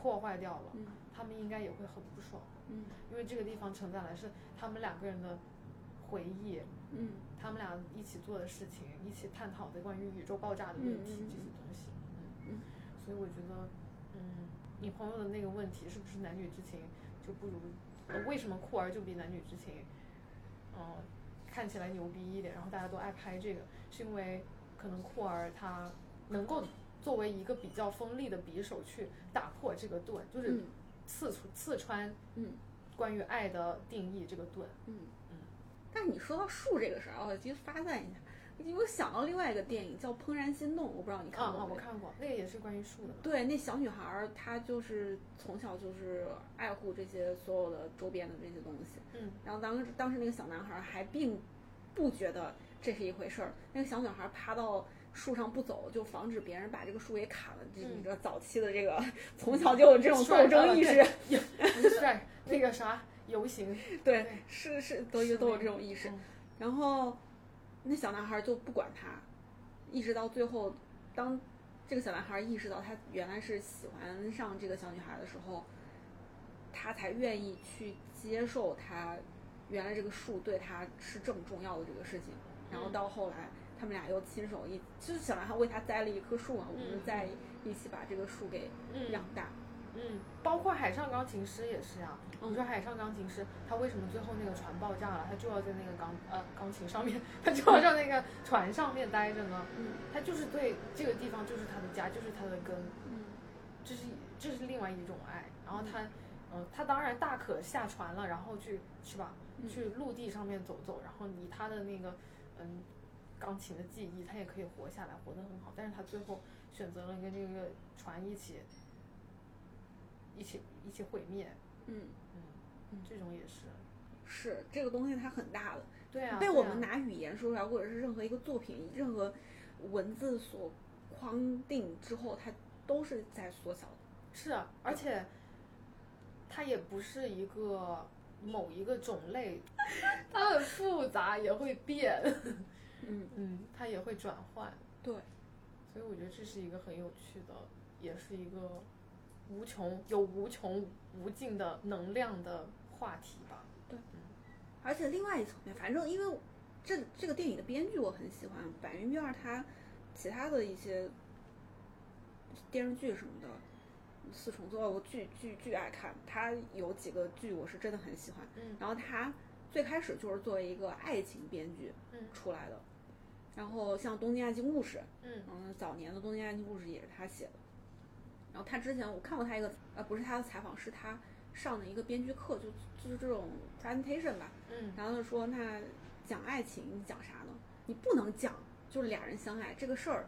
Speaker 1: 破坏掉了，
Speaker 2: 嗯
Speaker 1: 他们应该也会很不爽。
Speaker 2: 嗯
Speaker 1: 因为这个地方承载的是他们两个人的回忆，
Speaker 2: 嗯
Speaker 1: 他们俩一起做的事情，一起探讨的关于宇宙爆炸的问题、
Speaker 2: 嗯嗯嗯
Speaker 1: 这些东西。
Speaker 2: 嗯，
Speaker 1: 所以我觉得，嗯，你朋友的那个问题是不是男女之情就不如，呃为什么酷儿就比男女之情，嗯、看起来牛逼一点，然后大家都爱拍这个，是因为可能酷儿他能够作为一个比较锋利的匕首去打破这个盾，就是
Speaker 2: 嗯
Speaker 1: 刺出刺穿
Speaker 2: 嗯
Speaker 1: 关于爱的定义这个盾。
Speaker 2: 嗯。但你说到树这个事儿，我就发散一下，因为我想到另外一个电影叫《怦然心动》，我不知道你看过
Speaker 1: 啊，
Speaker 2: 没
Speaker 1: 我看过，那个也是关于 树的嘛。
Speaker 2: 对，那小女孩儿她就是从小就是爱护这些所有的周边的这些东西。
Speaker 1: 嗯，
Speaker 2: 然后当时当时那个小男孩儿还并不觉得这是一回事儿，那个小女孩儿爬到树上不走，就防止别人把这个树给砍了。这
Speaker 1: 嗯
Speaker 2: 你知道早期的这个 从小就 有这种斗
Speaker 1: 帅啊
Speaker 2: 争意识
Speaker 1: 对，很帅，那个啥游行，
Speaker 2: 对，是是，德
Speaker 1: 是
Speaker 2: 语都有
Speaker 1: 那
Speaker 2: 这种意识
Speaker 1: 嗯。
Speaker 2: 然后那小男孩就不管他，一直到最后，当这个小男孩意识到他原来是喜欢上这个小女孩的时候，他才愿意去接受他原来这个树对他是这么重要的这个事情。然后
Speaker 1: 嗯
Speaker 2: 到后来，他们俩又亲手一，就是小男孩为他栽了一棵树嘛，我
Speaker 1: 嗯
Speaker 2: 们在一起把这个树给
Speaker 1: 嗯
Speaker 2: 养大。
Speaker 1: 嗯，包括海上钢琴师也是啊。
Speaker 2: 嗯
Speaker 1: 你说海上钢琴师，他为什么最后那个船爆炸了，他就要在那个钢呃钢琴上面， 他就要在那个船上面待着呢？
Speaker 2: 嗯
Speaker 1: 他就是对这个地方就是他的家，就是他的根，
Speaker 2: 嗯
Speaker 1: 这是这是另外一种爱。然后他，嗯、他当然大可下船了，然后去是吧？
Speaker 2: 嗯
Speaker 1: 去陆地上面走走，然后以他的那个嗯钢琴的技艺，他也可以活下来，活得很好。但是他最后选择了跟这个船一起一起一起毁灭，
Speaker 2: 嗯，
Speaker 1: 嗯，这种也是。
Speaker 2: 是这个东西它很大的。
Speaker 1: 对啊，
Speaker 2: 被
Speaker 1: 对
Speaker 2: 我们
Speaker 1: 啊
Speaker 2: 拿语言说出来，或者是任何一个作品、任何文字所框定之后，它都是在缩小的。
Speaker 1: 是啊，而且它也不是一个某一个种 类，它很复杂，也会变，
Speaker 2: 嗯，
Speaker 1: 嗯，它也会转换。
Speaker 2: 对，
Speaker 1: 所以我觉得这是一个很有趣的，也是一个无穷有无穷无尽的能量的话题吧。
Speaker 2: 而且另外一层面，反正因为这这个电影的编剧我很喜欢，坂元裕二他其他的一些电视剧什么的，四重奏啊我巨巨巨爱看，他有几个剧我是真的很喜欢。
Speaker 1: 嗯
Speaker 2: 然后他最开始就是作为一个爱情编剧
Speaker 1: 嗯
Speaker 2: 出来的，然后像《东京爱情故事》。
Speaker 1: 嗯
Speaker 2: 嗯，早年的《东京爱情故事》也是他写的。然后他之前我看过他一个，呃，不是他的采访，是他上的一个编剧课，就就是这种 presentation 吧。
Speaker 1: 嗯
Speaker 2: 然后他说，那讲爱情你讲啥呢？你不能讲就是俩人相爱这个事儿，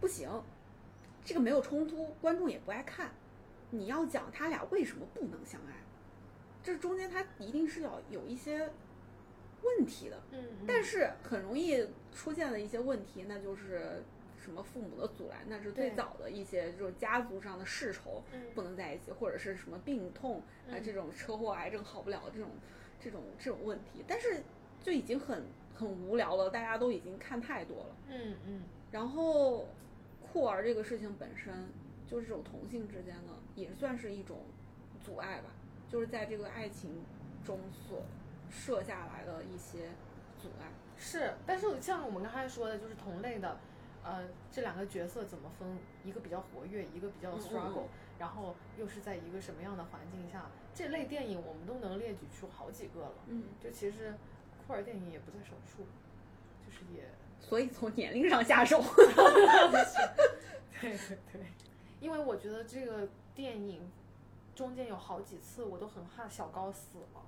Speaker 2: 不行，这个没有冲突，观众也不爱看。你要讲他俩为什么不能相爱，这中间他一定是要有一些问题的。
Speaker 1: 嗯，
Speaker 2: 但是很容易出现的一些问题，那就是什么父母的阻拦，那是最
Speaker 1: 对
Speaker 2: 早的一些这种家族上的世仇
Speaker 1: 嗯
Speaker 2: 不能在一起，或者是什么病痛啊、
Speaker 1: 嗯
Speaker 2: 这种车祸、癌症好不了这种这种这种问题，但是就已经很很无聊了，大家都已经看太多了。
Speaker 1: 嗯嗯
Speaker 2: 然后酷儿这个事情本身就是这种同性之间的，也算是一种阻碍吧，就是在这个爱情中所设下来的一些阻碍。
Speaker 1: 是，但是像我们刚才说的，就是同类的，呃，这两个角色怎么分？一个比较活跃，一个比较
Speaker 2: 嗯嗯
Speaker 1: struggle，、
Speaker 2: 嗯
Speaker 1: 然后又是在一个什么样的环境下？这类电影我们都能列举出好几个了。
Speaker 2: 嗯，
Speaker 1: 就其实酷儿电影也不在少数，就是也
Speaker 2: 所以从年龄上下手。
Speaker 1: 对对对，因为我觉得这个电影中间有好几次我都很怕小高死了，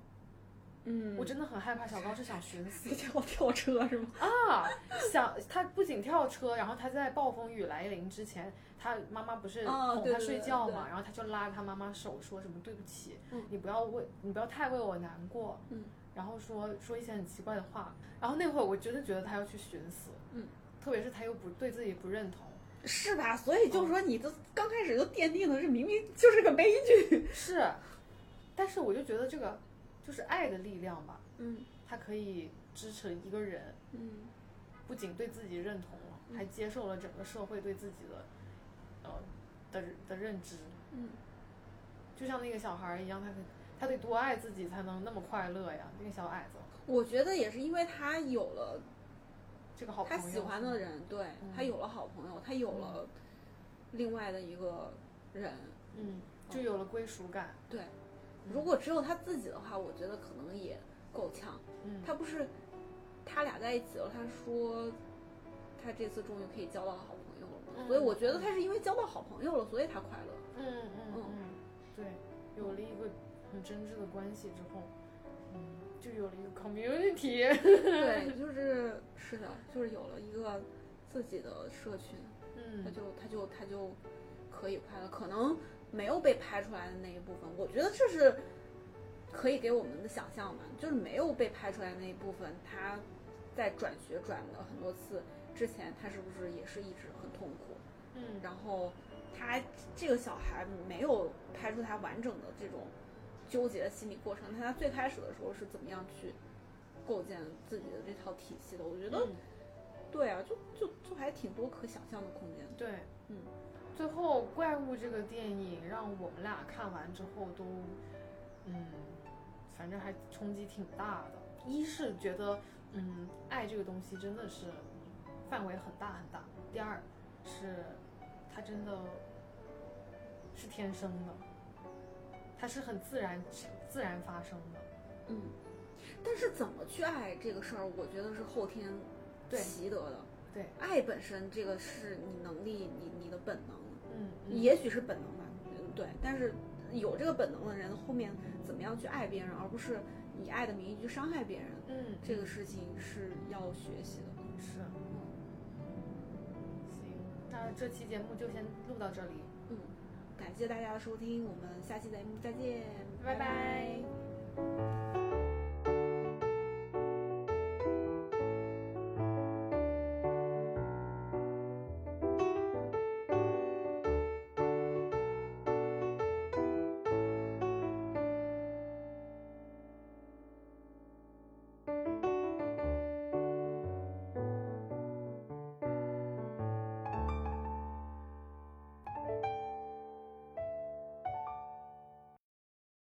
Speaker 2: 嗯
Speaker 1: 我真的很害怕小高是想寻死
Speaker 2: 比较跳车是吗？
Speaker 1: 啊，想他不仅跳车，然后他在暴风雨来临之前，他妈妈不是
Speaker 2: 哦
Speaker 1: 哄
Speaker 2: 对
Speaker 1: 他
Speaker 2: 对
Speaker 1: 睡
Speaker 2: 对
Speaker 1: 觉
Speaker 2: 对
Speaker 1: 嘛，然后他就拉着他妈妈手说什么对不起，
Speaker 2: 嗯
Speaker 1: 你不要为你不要太为我难过，
Speaker 2: 嗯
Speaker 1: 然后说说一些很奇怪的话，然后那会儿我真的觉得他要去寻死，
Speaker 2: 嗯，
Speaker 1: 特别是他又不对自己不认同，
Speaker 2: 是吧？所以就说你都刚开始就奠定的是明明就是个悲剧。
Speaker 1: 是，但是我就觉得这个就是爱的力量吧，
Speaker 2: 嗯
Speaker 1: 它可以支持一个人
Speaker 2: 嗯
Speaker 1: 不仅对自己认同了，还接受了整个社会对自己的呃的的认知，
Speaker 2: 嗯，
Speaker 1: 就像那个小孩儿一样，他可他得多爱自己才能那么快乐呀。那个小矮子，
Speaker 2: 我觉得也是因为他有了
Speaker 1: 这个好朋
Speaker 2: 他
Speaker 1: 友，
Speaker 2: 喜欢的，人，对、
Speaker 1: 嗯
Speaker 2: 他有了好朋友，他有了另外的一个人，
Speaker 1: 嗯，就有了归属感，
Speaker 2: 对。如果只有他自己的话，我觉得可能也够呛。
Speaker 1: 嗯，
Speaker 2: 他不是他俩在一起了，他说他这次终于可以交到好朋友了嘛，
Speaker 1: 嗯
Speaker 2: 所以我觉得他是因为交到好朋友了，所以他快 乐。
Speaker 1: 嗯嗯嗯，对，有了一个很真挚的关系之后，嗯，就有了一个 community，
Speaker 2: 对，就是是的，就是有了一个自己的社群，他
Speaker 1: 嗯，
Speaker 2: 就他就他就可以拍了，可能没有被拍出来的那一部分，我觉得这是可以给我们的想象嘛，就是没有被拍出来的那一部分，他在转学转了很多次之前，他是不是也是一直很痛苦？
Speaker 1: 嗯，
Speaker 2: 然后他这个小孩没有拍出他完整的这种纠结的心理过程，他最开始的时候是怎么样去构建自己的这套体系的？我觉得
Speaker 1: 嗯
Speaker 2: 对啊，就就就还挺多可想象的空间的。
Speaker 1: 对，
Speaker 2: 嗯。
Speaker 1: 最后，《怪物》这个电影让我们俩看完之后都，嗯，反正还冲击挺大的。一是觉得，嗯，爱这个东西真的是范围很大很大。第二是，它真的是天生的，它是很自然自然发生的。
Speaker 2: 嗯，但是怎么去爱这个事儿，我觉得是后天
Speaker 1: 对
Speaker 2: 习得的。
Speaker 1: 对，
Speaker 2: 爱本身这个是你能力，你你的本能。
Speaker 1: 嗯，嗯
Speaker 2: 也许是本能吧，嗯对。但是有这个本能的人，后面怎么样去爱别人，而不是以爱的名义去伤害别人，
Speaker 1: 嗯，
Speaker 2: 这个事情是要学习的。
Speaker 1: 是。行，那这期节目就先录到这里，
Speaker 2: 嗯，感谢大家的收听，我们下期节目再见，
Speaker 1: 拜拜